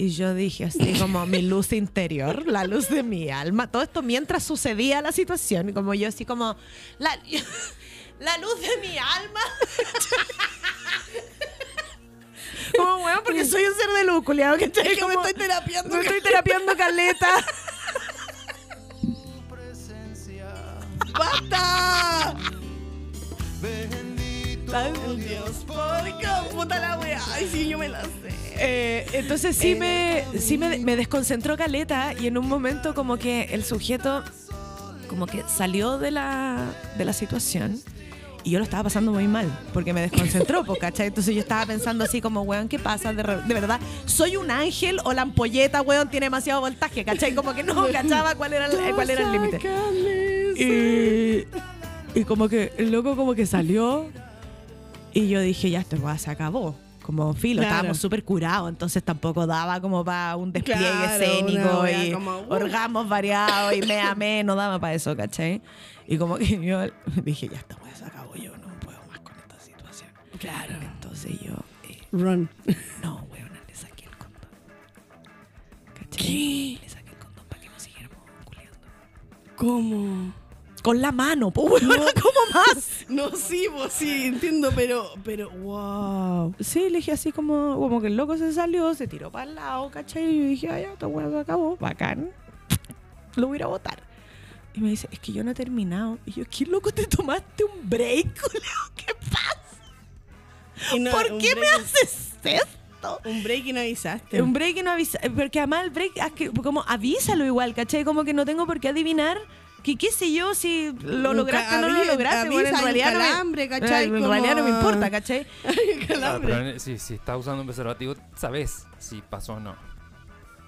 Speaker 2: Y yo dije así como mi luz interior, la luz de mi alma, todo esto mientras sucedía la situación, como yo así como, la, la luz de mi alma. Como bueno, porque soy un ser de luz, culiao, que estoy,
Speaker 1: Es que me
Speaker 2: como-
Speaker 1: estoy terapiando.
Speaker 2: me estoy terapiando caleta.
Speaker 1: ¡Basta! Bendito Dios, por qué puta la wea. Ay, sí, yo me la sé.
Speaker 2: Eh, entonces sí, me, sí me, me desconcentró Caleta y en un momento como que el sujeto como que salió de la, de la situación y yo lo estaba pasando muy mal porque me desconcentró, po, ¿cachai? Entonces yo estaba pensando así como, weón, ¿qué pasa? De, re- de verdad, ¿soy un ángel o la ampolleta, weón, tiene demasiado voltaje, ¿cachai? Como que no cachaba cuál era el- cuál era el límite. Eh, Y, y como que el loco como que salió y yo dije, ya, esto weá se acabó. Como filo,
Speaker 1: Claro.
Speaker 2: estábamos súper curados, entonces tampoco daba como para un despliegue
Speaker 1: Claro, una
Speaker 2: escénico
Speaker 1: weá
Speaker 2: y
Speaker 1: como, uh.
Speaker 2: orgasmos variados y me amé, no daba para eso, ¿cachai? Y como que yo dije, ya, esta weá se acabó, yo no puedo más con esta situación. Claro. Entonces yo, eh,
Speaker 1: Run.
Speaker 2: no, weona, le saqué el condón. ¿Cachai? Le saqué el condón para que no siguiéramos culeando.
Speaker 1: ¿Cómo?
Speaker 2: Con la mano, pues, weona, ¿cómo más?
Speaker 1: No, sí, vos sí, entiendo, pero, pero, wow.
Speaker 2: Oh. Sí, le dije así como, como que el loco se salió, se tiró para el lado, ¿cachai? Y yo dije, ay, ya, esta hueá se acabó, bacán. Lo voy a ir a votar. Y me dice, es que yo no he terminado. Y yo, ¿qué loco te tomaste un break? culiao? ¿Qué pasa?
Speaker 1: Y no,
Speaker 2: ¿Por
Speaker 1: un
Speaker 2: qué me
Speaker 1: break-
Speaker 2: haces esto?
Speaker 1: Un break y no avisaste.
Speaker 2: Un break y no avisa. eh, Porque además el break, ah, que- como avísalo igual, ¿cachai? Como que no tengo por qué adivinar. Que qué sé yo si lo
Speaker 1: Un
Speaker 2: lograste o no lo
Speaker 1: ca- avi-
Speaker 2: lograste. bueno, en
Speaker 1: avisa,
Speaker 2: realidad, no me- Eh,
Speaker 1: calambre, ¿cachai?
Speaker 2: En realidad no me
Speaker 1: Como-
Speaker 2: importa, ¿cachai?
Speaker 1: Ay, qué
Speaker 3: Claro,
Speaker 1: calambre.
Speaker 3: pero en- si, si estás usando un preservativo, sabes si pasó o no.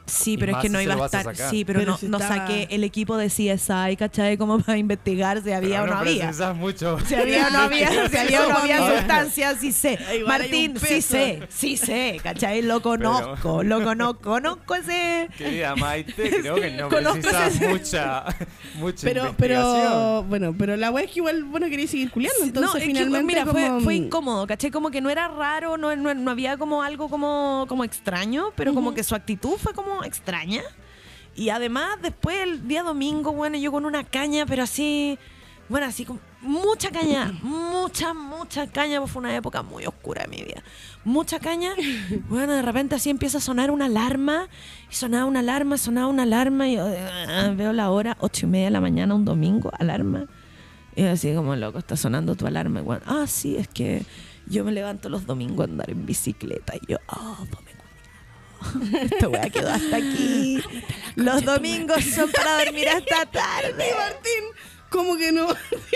Speaker 2: Sí,
Speaker 6: Y
Speaker 2: pero es
Speaker 6: más
Speaker 2: que
Speaker 6: si
Speaker 2: no
Speaker 6: se
Speaker 2: iba
Speaker 6: lo
Speaker 2: a
Speaker 6: vas a
Speaker 2: estar.
Speaker 6: sacar.
Speaker 2: Sí, pero,
Speaker 1: Pero
Speaker 2: no,
Speaker 1: si
Speaker 2: no
Speaker 1: estaba-
Speaker 2: saqué el equipo de CSI, ¿cachai? Como para investigar si había
Speaker 3: Pero
Speaker 2: o no, había.
Speaker 3: precisás mucho.
Speaker 2: Si había o no había, si había o no había
Speaker 1: Igual hay un
Speaker 2: sustancias, sí sé.
Speaker 1: Igual hay un
Speaker 2: Martín, sí
Speaker 1: peso.
Speaker 2: sé, sí sé, ¿cachai? Lo conozco, lo conozco, conozco ese.
Speaker 6: Querida Maite, creo que no
Speaker 2: Conozco
Speaker 6: precisas
Speaker 2: ese-
Speaker 6: mucha, mucha
Speaker 1: Pero,
Speaker 6: investigación.
Speaker 1: pero, bueno, pero la wea es que igual, bueno, quería seguir culiando, entonces
Speaker 2: no, es que,
Speaker 1: finalmente
Speaker 2: mira,
Speaker 1: como, mm,
Speaker 2: fue, fue incómodo, ¿cachai? Como que no era raro, no, no, no había como algo como, como extraño, pero como que su actitud fue como extraña. Y además, después el día domingo, bueno, yo con una caña, pero así, bueno, así como mucha caña, mucha, mucha caña, pues fue una época muy oscura de mi vida. Mucha caña, bueno, de repente así empieza a sonar una alarma, y sonaba una alarma, sonaba una alarma, y yo ah, veo la hora, ocho y media de la mañana, un domingo, alarma. Y así como, loco, está sonando tu alarma. Y bueno, ah, sí, es que yo me levanto los domingos a andar en bicicleta. Y yo, oh, tome cuidado. Esta weá quedó hasta aquí. Los domingos son para dormir hasta tarde.
Speaker 1: Y Martín, como que no,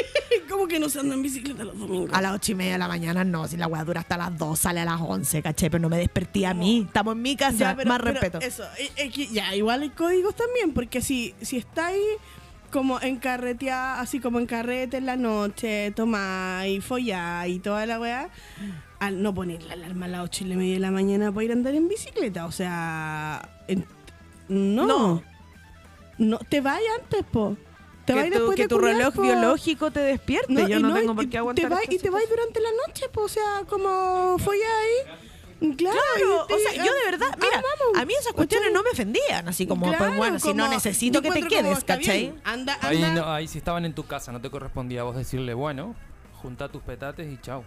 Speaker 1: como que no se anda en bicicleta los domingos.
Speaker 2: A las ocho y media de la mañana no, si la weá dura hasta las dos, sale a las once, caché, pero no me desperté a mí. Estamos en mi casa,
Speaker 1: Ya, pero-
Speaker 2: más
Speaker 1: pero
Speaker 2: respeto.
Speaker 1: Eso, eh, eh, que ya, igual hay códigos también, porque si, si está ahí como en carretea, así como en carrete en la noche, tomar y follar y toda la weá, al no poner la alarma a las ocho y media de la mañana para ir a andar en bicicleta, o sea, en- no.
Speaker 2: No.
Speaker 1: no. te vayas antes, po. Te
Speaker 2: que
Speaker 1: vayas
Speaker 2: tu,
Speaker 1: después
Speaker 2: que
Speaker 1: de
Speaker 2: tu
Speaker 1: culiar,
Speaker 2: reloj
Speaker 1: po.
Speaker 2: biológico te despierte. yo
Speaker 1: y
Speaker 2: no,
Speaker 1: y-
Speaker 2: tengo por
Speaker 1: y
Speaker 2: qué aguantar.
Speaker 1: Te vas,
Speaker 2: estas
Speaker 1: y te vas durante la noche, po, o sea, como follar ahí. Claro,
Speaker 2: Claro,
Speaker 1: y te-
Speaker 2: o sea, yo de verdad,
Speaker 1: ah,
Speaker 2: mira,
Speaker 1: vamos,
Speaker 2: a mí esas cuestiones
Speaker 1: ¿cachai?
Speaker 2: no me ofendían, así como,
Speaker 1: Claro,
Speaker 2: pues bueno, si no
Speaker 1: como-
Speaker 2: necesito
Speaker 1: yo
Speaker 2: que te
Speaker 1: encuentro como
Speaker 2: quedes,
Speaker 1: está
Speaker 2: ¿cachai?
Speaker 1: bien. Anda,
Speaker 3: Ahí,
Speaker 1: anda.
Speaker 3: no, ahí si estaban en tu casa, no te correspondía a vos decirle, bueno, junta tus petates y chao.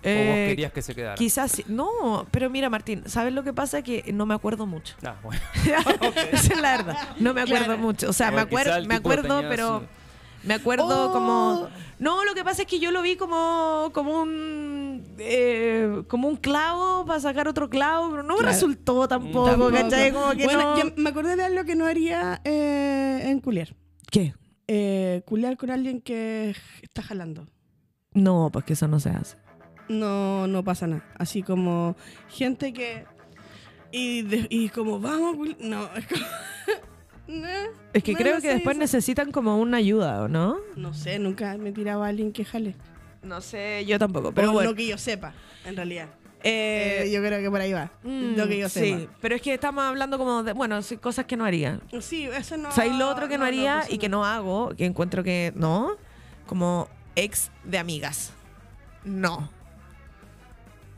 Speaker 3: o vos
Speaker 2: Eh,
Speaker 3: querías que se quedara.
Speaker 2: Quizás, sí. no, pero mira Martín, ¿sabes lo que pasa? Que no me acuerdo mucho.
Speaker 3: Ah, bueno.
Speaker 2: Esa es la verdad, no me acuerdo
Speaker 1: Claro.
Speaker 2: mucho, o sea, me,
Speaker 3: O quizá
Speaker 2: acuerdo
Speaker 3: el
Speaker 2: me
Speaker 3: tipo
Speaker 2: acuerdo,
Speaker 3: tenía
Speaker 2: pero
Speaker 3: su-
Speaker 2: me acuerdo
Speaker 1: Oh.
Speaker 2: como... No, lo que pasa es que yo lo vi como, como un... eh, como un clavo para sacar otro clavo, pero no me
Speaker 1: Claro.
Speaker 2: resultó tampoco, ¿cachai? Como que
Speaker 1: bueno,
Speaker 2: no-
Speaker 1: ya me acordé de algo que no haría eh, en culiar.
Speaker 2: ¿Qué?
Speaker 1: Eh, culiar con alguien que está jalando.
Speaker 2: No, pues que eso no se hace.
Speaker 1: No, no pasa nada. Así como gente que... Y, de- y como, vamos, cul- no, es como... no,
Speaker 2: Es que
Speaker 1: no,
Speaker 2: creo
Speaker 1: no
Speaker 2: que
Speaker 1: sé,
Speaker 2: después
Speaker 1: eso-
Speaker 2: necesitan como una ayuda, ¿o no?
Speaker 1: No sé, nunca me tiraba a alguien que jale.
Speaker 2: No sé, yo tampoco,
Speaker 1: Pero no que yo sepa, en realidad.
Speaker 2: Eh,
Speaker 1: Eh, yo creo que por ahí va.
Speaker 2: mm,
Speaker 1: lo que yo
Speaker 2: sí,
Speaker 1: sepa.
Speaker 2: pero es que estamos hablando como de, bueno, sí, cosas que no haría.
Speaker 1: Sí, eso no...
Speaker 2: o sea, y lo otro que no, haría
Speaker 1: pues,
Speaker 2: y que no hago, que encuentro que no, como ex de amigas. No,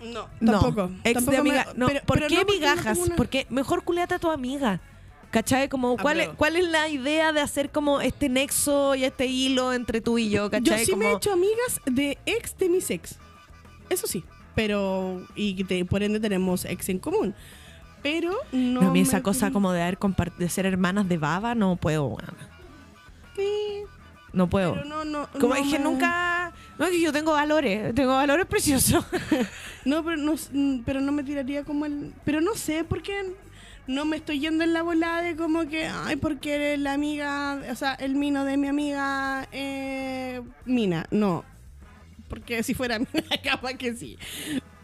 Speaker 1: No,
Speaker 2: no.
Speaker 1: tampoco.
Speaker 2: Ex
Speaker 1: tampoco
Speaker 2: de
Speaker 1: me-
Speaker 2: amigas. No,
Speaker 1: pero-
Speaker 2: ¿Por
Speaker 1: pero
Speaker 2: qué
Speaker 1: no, porque no
Speaker 2: migajas?
Speaker 1: tengo una- Ah,
Speaker 2: Porque mejor culeate a tu amiga. ¿Cachai? Como, ¿cuál es,
Speaker 1: Apruebo.
Speaker 2: ¿cuál es la idea de hacer como este nexo y este hilo entre tú y yo?
Speaker 1: Yo
Speaker 2: ¿Cachai?
Speaker 1: sí me
Speaker 2: Como-
Speaker 1: he hecho amigas de ex de mis ex. Eso sí. Pero. Y que te- por ende tenemos ex en común. Pero no.
Speaker 2: No, a mí esa
Speaker 1: me-
Speaker 2: cosa como de, haber compar- de ser hermanas de baba no puedo, weón.
Speaker 1: Sí,
Speaker 2: No puedo.
Speaker 1: pero no, no.
Speaker 2: como
Speaker 1: no
Speaker 2: dije,
Speaker 1: me-
Speaker 2: nunca... No, es que yo tengo valores, tengo valores preciosos.
Speaker 1: No, pero no, mm, pero no me tiraría como el. Pero no sé por qué. No me estoy yendo en la volada de como que, ay, porque eres la amiga, o sea, el mino de mi amiga eh, Mina. No, porque si fuera Mina, capaz que sí.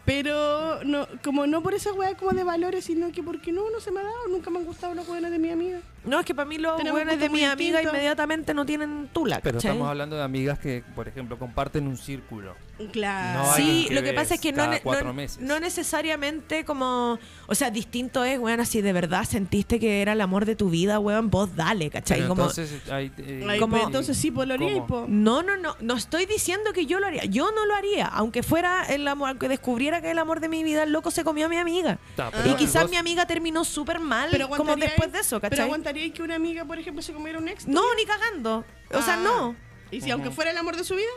Speaker 1: Pero no, como no por esa weá como de valores, sino que porque no, no se me ha dado, nunca me han gustado los weones de mi amiga.
Speaker 2: No, es que para mí los
Speaker 1: Tenemos
Speaker 2: weones de
Speaker 1: gustos muy
Speaker 2: mi amiga
Speaker 1: distintos.
Speaker 2: inmediatamente no tienen tula,
Speaker 3: Pero
Speaker 2: ¿cachai?
Speaker 3: estamos hablando de amigas que, por ejemplo, comparten un círculo.
Speaker 1: Claro.
Speaker 3: No, alguien
Speaker 2: Sí,
Speaker 3: que
Speaker 2: lo que
Speaker 3: ves
Speaker 2: pasa es que no,
Speaker 3: cada
Speaker 2: ne-
Speaker 3: cuatro
Speaker 2: no-
Speaker 3: meses.
Speaker 2: no necesariamente como... O sea, distinto es, weón, si de verdad sentiste que era el amor de tu vida, weón, vos dale, ¿cachai?
Speaker 3: Pero
Speaker 2: como,
Speaker 3: entonces, hay, eh,
Speaker 1: Ay,
Speaker 2: como-
Speaker 1: pero entonces sí, por lo
Speaker 3: ¿Cómo?
Speaker 1: po.
Speaker 2: No, no, no, no estoy diciendo que yo lo haría. Yo no lo haría, aunque fuera el amor, aunque descubriera que el amor de mi vida, el loco se comió a mi amiga.
Speaker 3: Ta,
Speaker 2: y
Speaker 3: pero
Speaker 2: quizás
Speaker 3: vos-
Speaker 2: mi amiga terminó súper mal,
Speaker 1: Pero
Speaker 2: como
Speaker 1: aguantaría-
Speaker 2: después de eso,
Speaker 1: Pero
Speaker 2: ¿cachai?
Speaker 1: aguantaría que una amiga, por ejemplo, se comiera un ex.
Speaker 2: No, ni cagando. O sea,
Speaker 1: Ah.
Speaker 2: no.
Speaker 1: Y si aunque fuera el amor de su vida.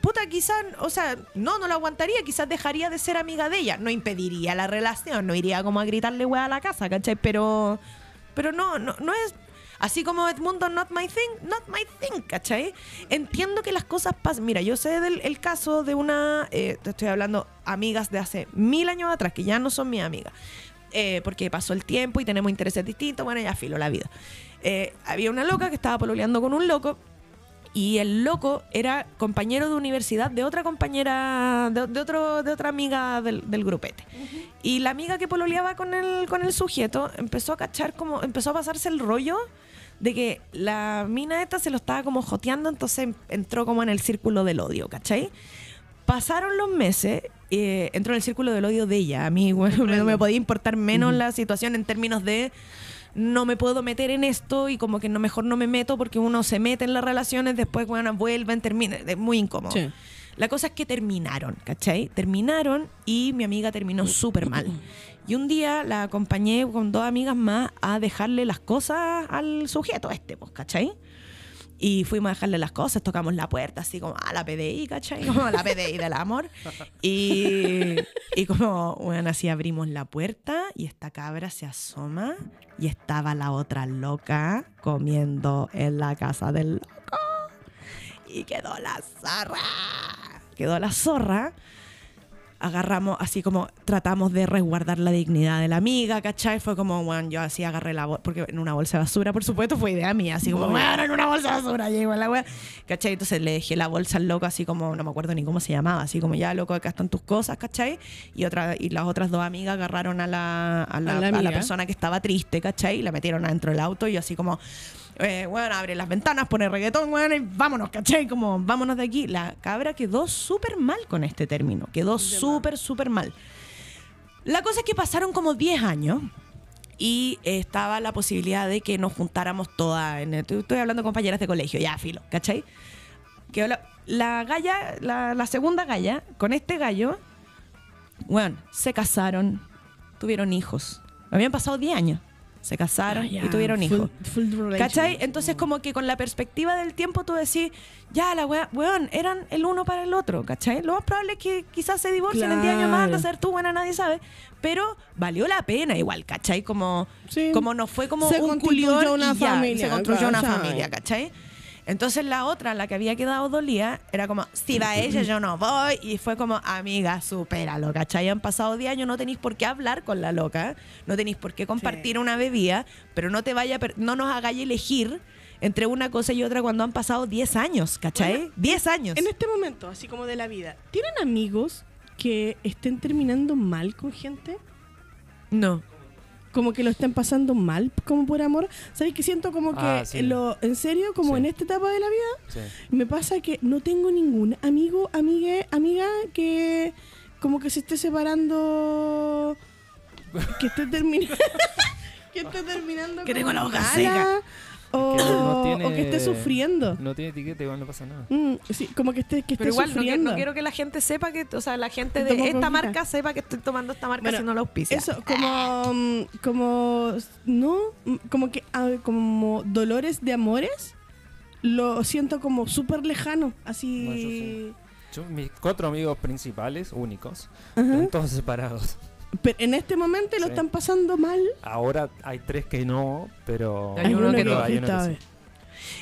Speaker 2: Puta, quizás, o sea, no, no lo aguantaría, quizás dejaría de ser amiga de ella. No impediría la relación, no iría como a gritarle weá a la casa, ¿cachai? Pero, pero no, no, no es. Así como Edmundo, not my thing, not my thing, ¿cachai? Entiendo que las cosas pasan. Mira, yo sé del el caso de una, eh, te estoy hablando, amigas de hace mil años atrás, que ya no son mis amigas, eh, porque pasó el tiempo y tenemos intereses distintos, bueno, ya filo la vida. Eh, había una loca que estaba pololeando con un loco y el loco era compañero de universidad de otra compañera, de, de otro, de otra amiga del, del grupete. Y la amiga que pololeaba con el, con el sujeto empezó a cachar como, empezó a pasarse el rollo de que la mina esta se lo estaba como joteando, entonces em- entró como en el círculo del odio, ¿cachai? Pasaron los meses, eh, entró en el círculo del odio de ella. A mí bueno, no me podía importar menos la situación en términos de no me puedo meter en esto y como que no mejor no me meto porque uno se mete en las relaciones, después bueno, vuelven, termina, es muy incómodo.
Speaker 1: Sí.
Speaker 2: La cosa es que terminaron, ¿cachai? Terminaron y mi amiga terminó súper mal. Y un día la acompañé con dos amigas más a dejarle las cosas al sujeto este, pues, ¿cachai? Y fuimos a dejarle las cosas, tocamos la puerta, así como a la PDI, ¿cachai? Como a la PDI del amor. Y, y como, bueno, así abrimos la puerta y esta cabra se asoma y estaba la otra loca comiendo en la casa del loco. Y quedó la zorra. Quedó la zorra. Agarramos, así como tratamos de resguardar la dignidad de la amiga, ¿cachai? Fue como, bueno, yo así agarré la bolsa, porque en una bolsa de basura, por supuesto, fue idea mía, así como, bueno, en una bolsa de basura, llegó la wea, ¿cachai? Entonces le dejé la bolsa al loco, así como, no me acuerdo ni cómo se llamaba, así como, ya, loco, acá están tus cosas, ¿cachai? Y, otra, y las otras dos amigas agarraron a la, a la,
Speaker 1: A la
Speaker 2: a la
Speaker 1: amiga.
Speaker 2: persona que estaba triste, ¿cachai? Y la metieron adentro del auto y yo así como, eh, bueno, abre las ventanas, pone reggaetón, bueno, y vámonos, ¿cachai? Como, vámonos de aquí. La cabra quedó súper mal con este término, quedó súper, súper mal. La cosa es que pasaron como 10 años y eh, estaba la posibilidad de que nos juntáramos todas. En el- estoy estoy hablando de compañeras de colegio, ya, filo, ¿cachai? Que la, la galla, la, la segunda galla, con este gallo, bueno, se casaron, tuvieron hijos. Habían pasado 10 años. Se casaron y tuvieron
Speaker 1: Ah, Full-
Speaker 2: hijos.
Speaker 1: Oh. full relationship.
Speaker 2: ¿Cachai? Entonces, como que con la perspectiva del tiempo, tú decís, ya, la wea, weón, eran el uno para el otro, ¿cachai? Lo más probable es que quizás se divorcien en 10 años más,
Speaker 1: Claro.
Speaker 2: no ser tú, buena, nadie sabe. Pero valió la pena igual, ¿cachai? Como,
Speaker 1: Sí.
Speaker 2: como no fue como
Speaker 1: Se
Speaker 2: un
Speaker 1: constituyó
Speaker 2: culión
Speaker 1: una
Speaker 2: y ya,
Speaker 1: familia,
Speaker 2: se construyó una
Speaker 1: ¿cachai?
Speaker 2: familia, ¿cachai? Entonces la otra, la que había quedado dolía, era como, si va ella, yo no voy. Y fue como, amiga, supéralo, ¿cachai? Han pasado 10 años, no tenéis por qué hablar con la loca, no tenéis por qué compartir una bebida, pero no te vaya, a per- no nos hagáis elegir entre una cosa y otra cuando han pasado 10 años, ¿cachai? 10 años.
Speaker 1: En este momento, así como de la vida, ¿tienen amigos que estén terminando mal con gente?
Speaker 2: No.
Speaker 1: Como que lo estén pasando mal, como por amor. ¿Sabes que siento como que
Speaker 3: Ah, sí.
Speaker 1: lo, en serio, como
Speaker 3: Sí.
Speaker 1: en esta etapa de la vida,
Speaker 3: Sí.
Speaker 1: me pasa que no tengo ningún amigo, amigue, amiga que como que se esté separando, que esté terminando, que esté terminando.
Speaker 2: Que
Speaker 1: como
Speaker 2: tengo la boca
Speaker 1: mala,
Speaker 2: seca.
Speaker 1: O,
Speaker 3: Que
Speaker 1: o
Speaker 3: no
Speaker 1: que esté
Speaker 3: tiene-
Speaker 1: Oh, sufriendo.
Speaker 3: No tiene etiqueta, igual no pasa nada.
Speaker 1: Mm, sí, como que esté, que esté
Speaker 2: Pero igual no, quiero-
Speaker 1: sufriendo.
Speaker 2: no quiero que la gente sepa que, o sea, la gente de
Speaker 1: Tomo
Speaker 2: esta
Speaker 1: coquita.
Speaker 2: marca sepa que estoy tomando esta marca
Speaker 1: Bueno,
Speaker 2: si no la auspicia.
Speaker 1: Eso, como. mm, Como. No, mm, como que. ah, Como dolores de amores. Lo siento como súper lejano. Así.
Speaker 3: Bueno, yo sí. Yo, mis cuatro amigos principales, únicos,
Speaker 1: Ajá.
Speaker 3: están todos separados.
Speaker 1: Pero en este momento lo
Speaker 3: Sí.
Speaker 1: están pasando mal.
Speaker 3: Ahora hay tres que no, pero.
Speaker 2: Hay uno que
Speaker 3: pero
Speaker 2: no.
Speaker 3: hay uno que
Speaker 1: está-
Speaker 3: sí.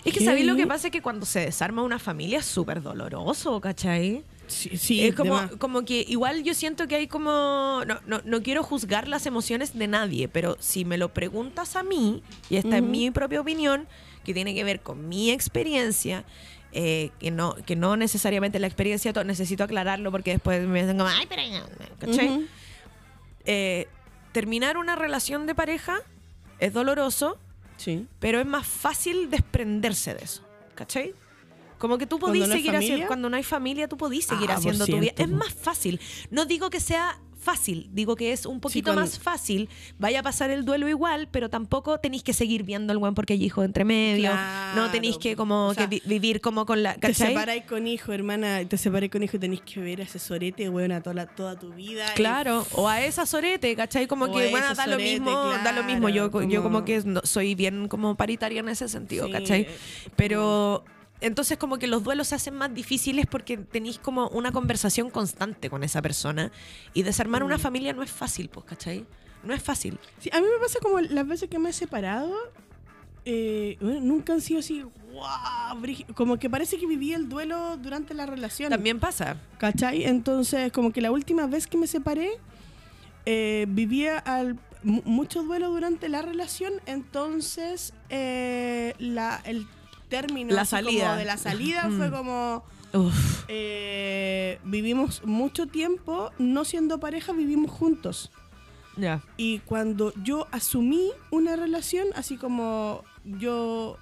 Speaker 2: Es que
Speaker 1: ¿Qué?
Speaker 2: sabéis lo que pasa es que cuando se desarma una familia es súper doloroso, ¿cachai?
Speaker 1: Sí, sí,
Speaker 2: es como,
Speaker 1: de más.
Speaker 2: como que igual yo siento que hay como. No, no, no quiero juzgar las emociones de nadie, pero si me lo preguntas a mí, y esta es
Speaker 1: Ujú.
Speaker 2: mi propia opinión, que tiene que ver con mi experiencia. eh, que, no, que no necesariamente la experiencia, to- necesito aclararlo porque después me dicen como, ay, pero no", ¿cachai?
Speaker 1: Ujú.
Speaker 2: Eh, terminar una relación de pareja es doloroso,
Speaker 1: Sí.
Speaker 2: pero es más fácil desprenderse de eso, ¿cachai? Como que tú
Speaker 1: Cuando
Speaker 2: podís
Speaker 1: no hay
Speaker 2: seguir haciendo,
Speaker 1: familia.
Speaker 2: cuando no hay familia, tú podís seguir
Speaker 1: Ah, por
Speaker 2: haciendo tu vida.
Speaker 1: cierto,
Speaker 2: Es
Speaker 1: po.
Speaker 2: más fácil. No digo que sea fácil, digo que es un poquito
Speaker 1: cuando-
Speaker 2: más fácil. Vaya a pasar el duelo igual, pero tampoco tenéis que seguir viendo al buen porque hay hijo entre medio. no tenéis
Speaker 1: Claro,
Speaker 2: que como
Speaker 1: o sea,
Speaker 2: que vi- vivir como con la,
Speaker 1: Te
Speaker 2: ¿cachai?
Speaker 1: separáis con hijo, hermana. Te separáis con hijo y tenés que ver a ese sorete, weón, a toda, la- toda tu vida. y-
Speaker 2: Claro, o a esa sorete, ¿cachai? Como
Speaker 1: O a
Speaker 2: que, bueno,
Speaker 1: esa
Speaker 2: da lo
Speaker 1: sorete,
Speaker 2: mismo, da lo
Speaker 1: claro,
Speaker 2: mismo. Yo como, yo
Speaker 1: como-
Speaker 2: como que no- soy bien como paritaria en ese sentido,
Speaker 1: Sí,
Speaker 2: ¿cachai?
Speaker 1: es
Speaker 2: Pero entonces como que los duelos se hacen más difíciles porque tenéis como una conversación constante con esa persona y desarmar
Speaker 1: Mm.
Speaker 2: una familia no es fácil, pues, ¿cachai? No es fácil.
Speaker 1: Sí, a mí me pasa como las veces que me he separado, eh, bueno, nunca han sido así, wow, como que parece que viví el duelo durante la relación.
Speaker 2: También pasa.
Speaker 1: ¿Cachai? Entonces, como que la última vez que me separé, eh, vivía al, mu- mucho duelo durante la relación, entonces eh, la, el término
Speaker 2: La
Speaker 1: así como
Speaker 2: salida.
Speaker 1: de la salida
Speaker 2: Mm.
Speaker 1: fue como
Speaker 2: Uf.
Speaker 1: eh, vivimos mucho tiempo no siendo pareja, vivimos juntos.
Speaker 2: Ya.
Speaker 1: Y cuando yo asumí una relación, así como yo,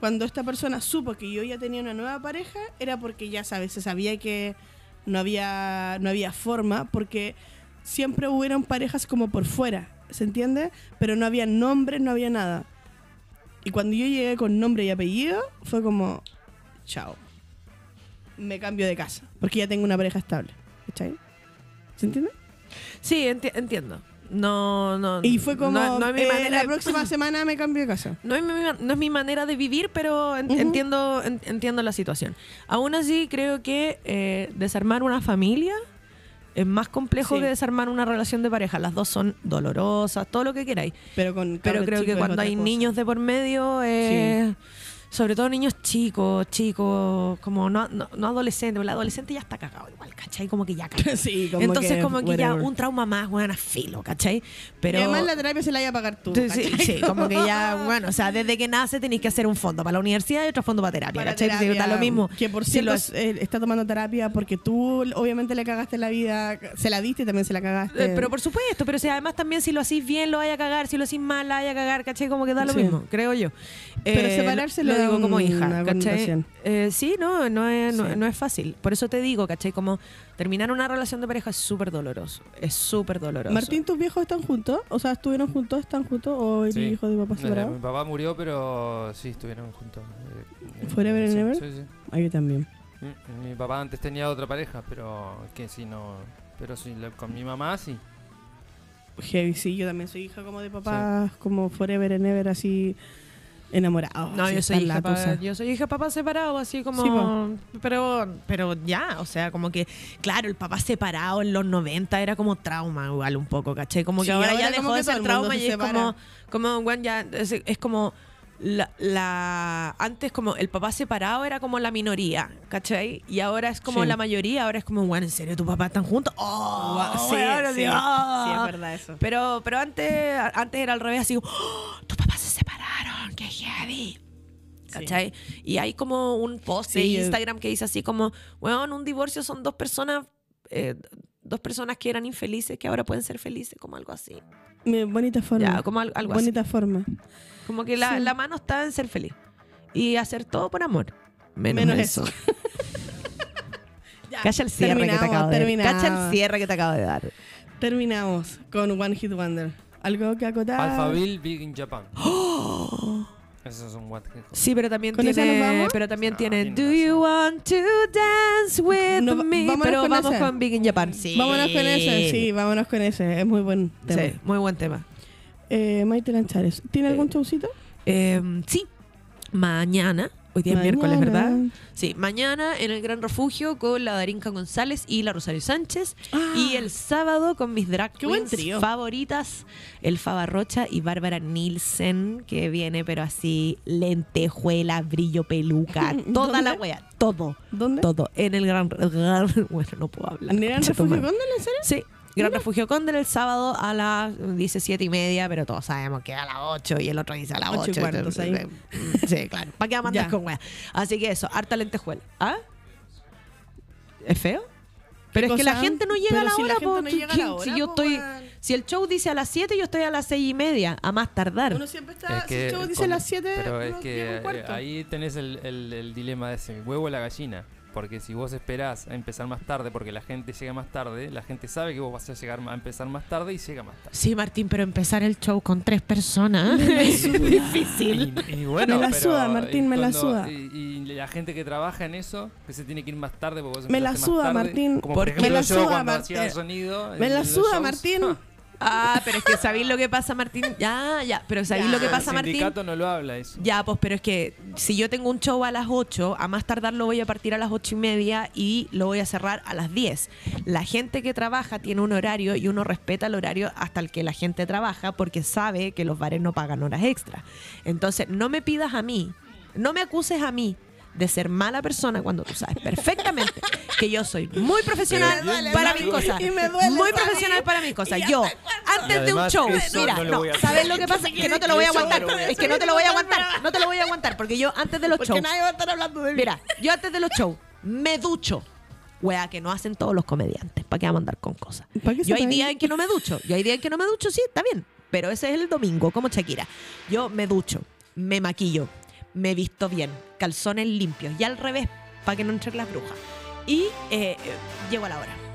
Speaker 1: cuando esta persona supo que yo ya tenía una nueva pareja, era porque ya sabes, se sabía que no había, no había forma, porque siempre hubieron parejas como por fuera, ¿se entiende? Pero no había nombre, no había nada. Y cuando yo llegué con nombre y apellido, fue como, chao, me cambio de casa, porque ya tengo una pareja estable. ¿Cachai? ¿Se entiende?
Speaker 2: Sí, enti- entiendo. No, no.
Speaker 1: Y fue como,
Speaker 2: No, no es mi
Speaker 1: eh,
Speaker 2: manera
Speaker 1: la
Speaker 2: de-
Speaker 1: próxima semana me cambio de casa.
Speaker 2: No es, mi, no es mi manera de vivir, pero en-
Speaker 1: Ujú.
Speaker 2: entiendo, en- entiendo la situación. Aún así, creo que eh, desarmar una familia es más complejo
Speaker 1: Sí.
Speaker 2: que desarmar una relación de pareja. Las dos son dolorosas, todo lo que queráis.
Speaker 1: Pero con
Speaker 2: Pero
Speaker 1: cabros
Speaker 2: creo
Speaker 1: chicos
Speaker 2: que
Speaker 1: es
Speaker 2: cuando
Speaker 1: otra
Speaker 2: hay
Speaker 1: cosa.
Speaker 2: niños de por medio, eh, sobre todo niños chicos, chicos, como no, no, no adolescentes, el adolescente ya está cagado igual, ¿cachai? Como que ya cagado.
Speaker 1: sí, como
Speaker 2: Entonces,
Speaker 1: que,
Speaker 2: como que ya
Speaker 1: whatever.
Speaker 2: un trauma más, bueno, filo, ¿cachai?
Speaker 1: Y
Speaker 2: Pero.
Speaker 1: además la terapia se la iba a pagar tú.
Speaker 2: Sí, sí,
Speaker 1: ¿cachai?
Speaker 2: sí, como que ya, bueno, o sea, desde que nace tenéis que hacer un fondo para la universidad y otro fondo para terapia,
Speaker 1: Para
Speaker 2: ¿cachai?
Speaker 1: terapia,
Speaker 2: Da lo mismo.
Speaker 1: Que por
Speaker 2: Si
Speaker 1: cierto
Speaker 2: lo
Speaker 1: es- él está tomando terapia porque tú obviamente le cagaste la vida, se la diste y también se la cagaste.
Speaker 2: Eh, Pero por supuesto, pero si además también si lo hacís bien lo vaya a cagar, si lo hacís mal la vaya a cagar, ¿cachai? Como que da lo
Speaker 1: Sí.
Speaker 2: mismo, creo yo. Eh,
Speaker 1: Pero separarse
Speaker 2: lo
Speaker 1: le da
Speaker 2: digo como
Speaker 1: una
Speaker 2: hija, ¿cachai?
Speaker 1: connotación.
Speaker 2: Eh, sí, no, no es, no,
Speaker 1: Sí.
Speaker 2: no es fácil. Por eso te digo, ¿cachai? Como terminar una relación de pareja es súper doloroso, es súper doloroso.
Speaker 1: Martín, ¿tus viejos están juntos? O sea, ¿estuvieron juntos? ¿Están juntos? ¿O el
Speaker 3: Sí.
Speaker 1: hijo de papá
Speaker 3: Eh, mi
Speaker 1: separado?
Speaker 3: papá murió, pero sí, estuvieron juntos. eh, eh,
Speaker 1: ¿Forever and
Speaker 3: sí,
Speaker 1: ever?
Speaker 3: sí, sí.
Speaker 1: Ah, yo también.
Speaker 3: Mm, Mi papá antes tenía otra pareja, pero que si no. Pero sí, la- con mi mamá sí.
Speaker 1: Heavy, sí, yo también soy hija como de papás, como forever and ever, así enamorado.
Speaker 2: No,
Speaker 1: así
Speaker 2: yo soy,
Speaker 1: está la
Speaker 2: hija papá,
Speaker 1: cosa.
Speaker 2: yo soy hija papá separado, así como...
Speaker 1: Sí,
Speaker 2: pero, pero ya, o sea, como que, claro, el papá separado en los 90 era como trauma igual un poco, ¿cachai? Como que
Speaker 1: Sí,
Speaker 2: ahora,
Speaker 1: ahora
Speaker 2: ya dejó
Speaker 1: como que
Speaker 2: de
Speaker 1: todo
Speaker 2: ser
Speaker 1: el mundo
Speaker 2: trauma
Speaker 1: se
Speaker 2: y es
Speaker 1: separa.
Speaker 2: como, como bueno, ya, es, es como... La, la- antes como el papá separado era como la minoría, ¿cachai? Y ahora es como
Speaker 1: Sí.
Speaker 2: la mayoría, ahora es como, bueno, ¿en serio tu papá están juntos? ¡Oh!
Speaker 1: Guau,
Speaker 2: bueno, Dios.
Speaker 1: verdad eso.
Speaker 2: Pero, pero antes, a- antes era al revés, así, ¡Oh! tus papás se separaron, qué heavy. ¿Cachai? Y hay como un post de
Speaker 1: Sí, yo-
Speaker 2: Instagram que dice así como, weón, un divorcio son dos personas, eh, dos personas que eran infelices que ahora pueden ser felices, como algo así.
Speaker 1: Mi- Bonita forma.
Speaker 2: Ya, como al- algo así.
Speaker 1: Bonita forma.
Speaker 2: Como que la,
Speaker 1: Sí.
Speaker 2: la mano está en ser feliz. Y hacer todo por amor. Menos,
Speaker 1: Menos
Speaker 2: eso.
Speaker 1: eso. Ya,
Speaker 2: Cacha el cierre que te
Speaker 1: terminamos,
Speaker 2: acabo de dar.
Speaker 1: terminamos.
Speaker 2: Cacha el cierre que te acabo de dar.
Speaker 1: Terminamos con One Hit Wonder. ¿Algo que acotar?
Speaker 3: Alphaville Big in Japan.
Speaker 1: ¡Oh!
Speaker 3: Eso es un what the fuck.
Speaker 2: Sí, pero también
Speaker 1: ¿Con esa nos
Speaker 2: tiene,
Speaker 1: vamos?
Speaker 2: pero también
Speaker 3: Ah,
Speaker 2: tiene
Speaker 3: tiene
Speaker 2: Do you want to dance with
Speaker 1: No, va-
Speaker 2: me?
Speaker 1: vámonos
Speaker 2: Pero
Speaker 1: con
Speaker 2: vamos
Speaker 1: ese.
Speaker 2: con Big in Japan. Sí.
Speaker 1: Vámonos con ese, sí, vámonos con ese. Es muy buen tema.
Speaker 2: Sí, muy buen tema.
Speaker 1: Eh, Maite Lanchares, ¿tiene algún showcito?
Speaker 2: Eh, sí, mañana, hoy día es miércoles, ¿verdad? Sí, mañana en el Gran Refugio con la Darinka González y la Rosario Sánchez. Y el sábado con mis drag
Speaker 1: Ah. Qué buen
Speaker 2: queens
Speaker 1: trío.
Speaker 2: favoritas, el Faba Rocha y Bárbara Nielsen, que viene pero así, lentejuela, brillo, peluca, toda la
Speaker 1: ¿Dónde?
Speaker 2: wea, todo.
Speaker 1: ¿Dónde?
Speaker 2: Todo. En el Gran. gran- bueno, no puedo hablar.
Speaker 1: ¿En el
Speaker 2: concha tu
Speaker 1: refugio
Speaker 2: madre.
Speaker 1: Góndola, en serio?
Speaker 2: Sí. Gran Refugio Cóndor el sábado a las 17 y media, pero todos sabemos que a las 8 y el otro dice a las 8.
Speaker 1: Ocho y cuarto,
Speaker 2: sí.
Speaker 1: ahí.
Speaker 2: claro. ¿Para qué vamos a andar
Speaker 1: Ya.
Speaker 2: con wea? Así que eso, harta lentejuela. ¿Ah? ¿Es feo? Pero es que
Speaker 1: cosa?
Speaker 2: la gente no llega
Speaker 1: Pero
Speaker 2: a la
Speaker 1: si
Speaker 2: hora,
Speaker 1: la gente
Speaker 2: po,
Speaker 1: no
Speaker 2: ¿quién-
Speaker 1: llega a la
Speaker 2: si
Speaker 1: hora,
Speaker 2: yo
Speaker 1: po,
Speaker 2: estoy,
Speaker 1: weón.
Speaker 2: si el show dice a las 7, yo estoy a las 6 y media, a más tardar.
Speaker 1: Uno siempre está,
Speaker 3: Es que
Speaker 1: si el show dice
Speaker 3: con-
Speaker 1: las 7,
Speaker 3: Pero es
Speaker 1: uno llega
Speaker 3: que
Speaker 1: un cuarto.
Speaker 3: eh, ahí tenés el, el- el dilema de ese, el huevo o la gallina. Porque si vos esperás a empezar más tarde, porque la gente llega más tarde, la gente sabe que vos vas a llegar ma- a empezar más tarde y llega más tarde.
Speaker 2: Sí, Martín, pero empezar el show con tres personas es difícil.
Speaker 3: Y, y bueno,
Speaker 1: Me la
Speaker 3: pero,
Speaker 1: suda, Martín,
Speaker 3: y
Speaker 1: me la
Speaker 3: cuando-
Speaker 1: suda.
Speaker 3: Y, y la gente que trabaja en eso, que se tiene que ir más tarde porque vos
Speaker 1: Me la
Speaker 3: empezaste más
Speaker 1: suda,
Speaker 3: tarde,
Speaker 1: Martín.
Speaker 3: Como por
Speaker 1: Porque-
Speaker 3: ejemplo
Speaker 1: Me la
Speaker 3: yo
Speaker 1: suda,
Speaker 3: cuando
Speaker 1: Martín.
Speaker 3: hacía el sonido.
Speaker 1: Me
Speaker 3: en
Speaker 1: la
Speaker 3: los
Speaker 1: suda,
Speaker 3: shows.
Speaker 1: Martín.
Speaker 2: Ah, pero es que sabéis lo que pasa, Martín. Ya, ya, pero sabéis
Speaker 1: Ya.
Speaker 2: lo que pasa,
Speaker 3: El
Speaker 2: Martín.
Speaker 3: sindicato no lo habla eso.
Speaker 2: Ya, pues, pero es que si yo tengo un show a las 8, a más tardar lo voy a partir a las 8 y media y lo voy a cerrar a las 10. La gente que trabaja tiene un horario y uno respeta el horario hasta el que la gente trabaja porque sabe que los bares no pagan horas extra. Entonces, no me pidas a mí, no me acuses a mí de ser mala persona cuando tú sabes perfectamente que yo soy muy profesional
Speaker 3: Pero bien
Speaker 2: para
Speaker 3: dicho.
Speaker 2: mis cosas.
Speaker 1: Y me duele
Speaker 2: muy
Speaker 1: salir.
Speaker 2: profesional para mis cosas. Yo
Speaker 3: Y
Speaker 2: antes de un
Speaker 3: además,
Speaker 2: show.
Speaker 3: eso
Speaker 2: Mira,
Speaker 3: no lo
Speaker 2: no,
Speaker 3: voy a hacer.
Speaker 2: ¿sabes lo que pasa? Que no te lo voy a
Speaker 1: Eso no
Speaker 2: aguantar.
Speaker 1: lo voy a
Speaker 2: Es que no te lo voy a aguantar. No te lo voy a aguantar porque yo antes de los
Speaker 1: Porque
Speaker 2: shows.
Speaker 1: nadie va a estar hablando de mí.
Speaker 2: Mira, yo antes de los shows me ducho. Wea, que no hacen todos los comediantes. ¿Para qué vamos a andar con cosas?
Speaker 1: ¿Para qué se
Speaker 2: Yo hay
Speaker 1: traen?
Speaker 2: días en que no me ducho. Yo hay días en que no me ducho, sí, está bien. Pero ese es el domingo, como Shakira. Yo me ducho, me maquillo, me visto bien, calzones limpios y al revés, para que no entren las brujas. Y eh, eh, llego a la hora.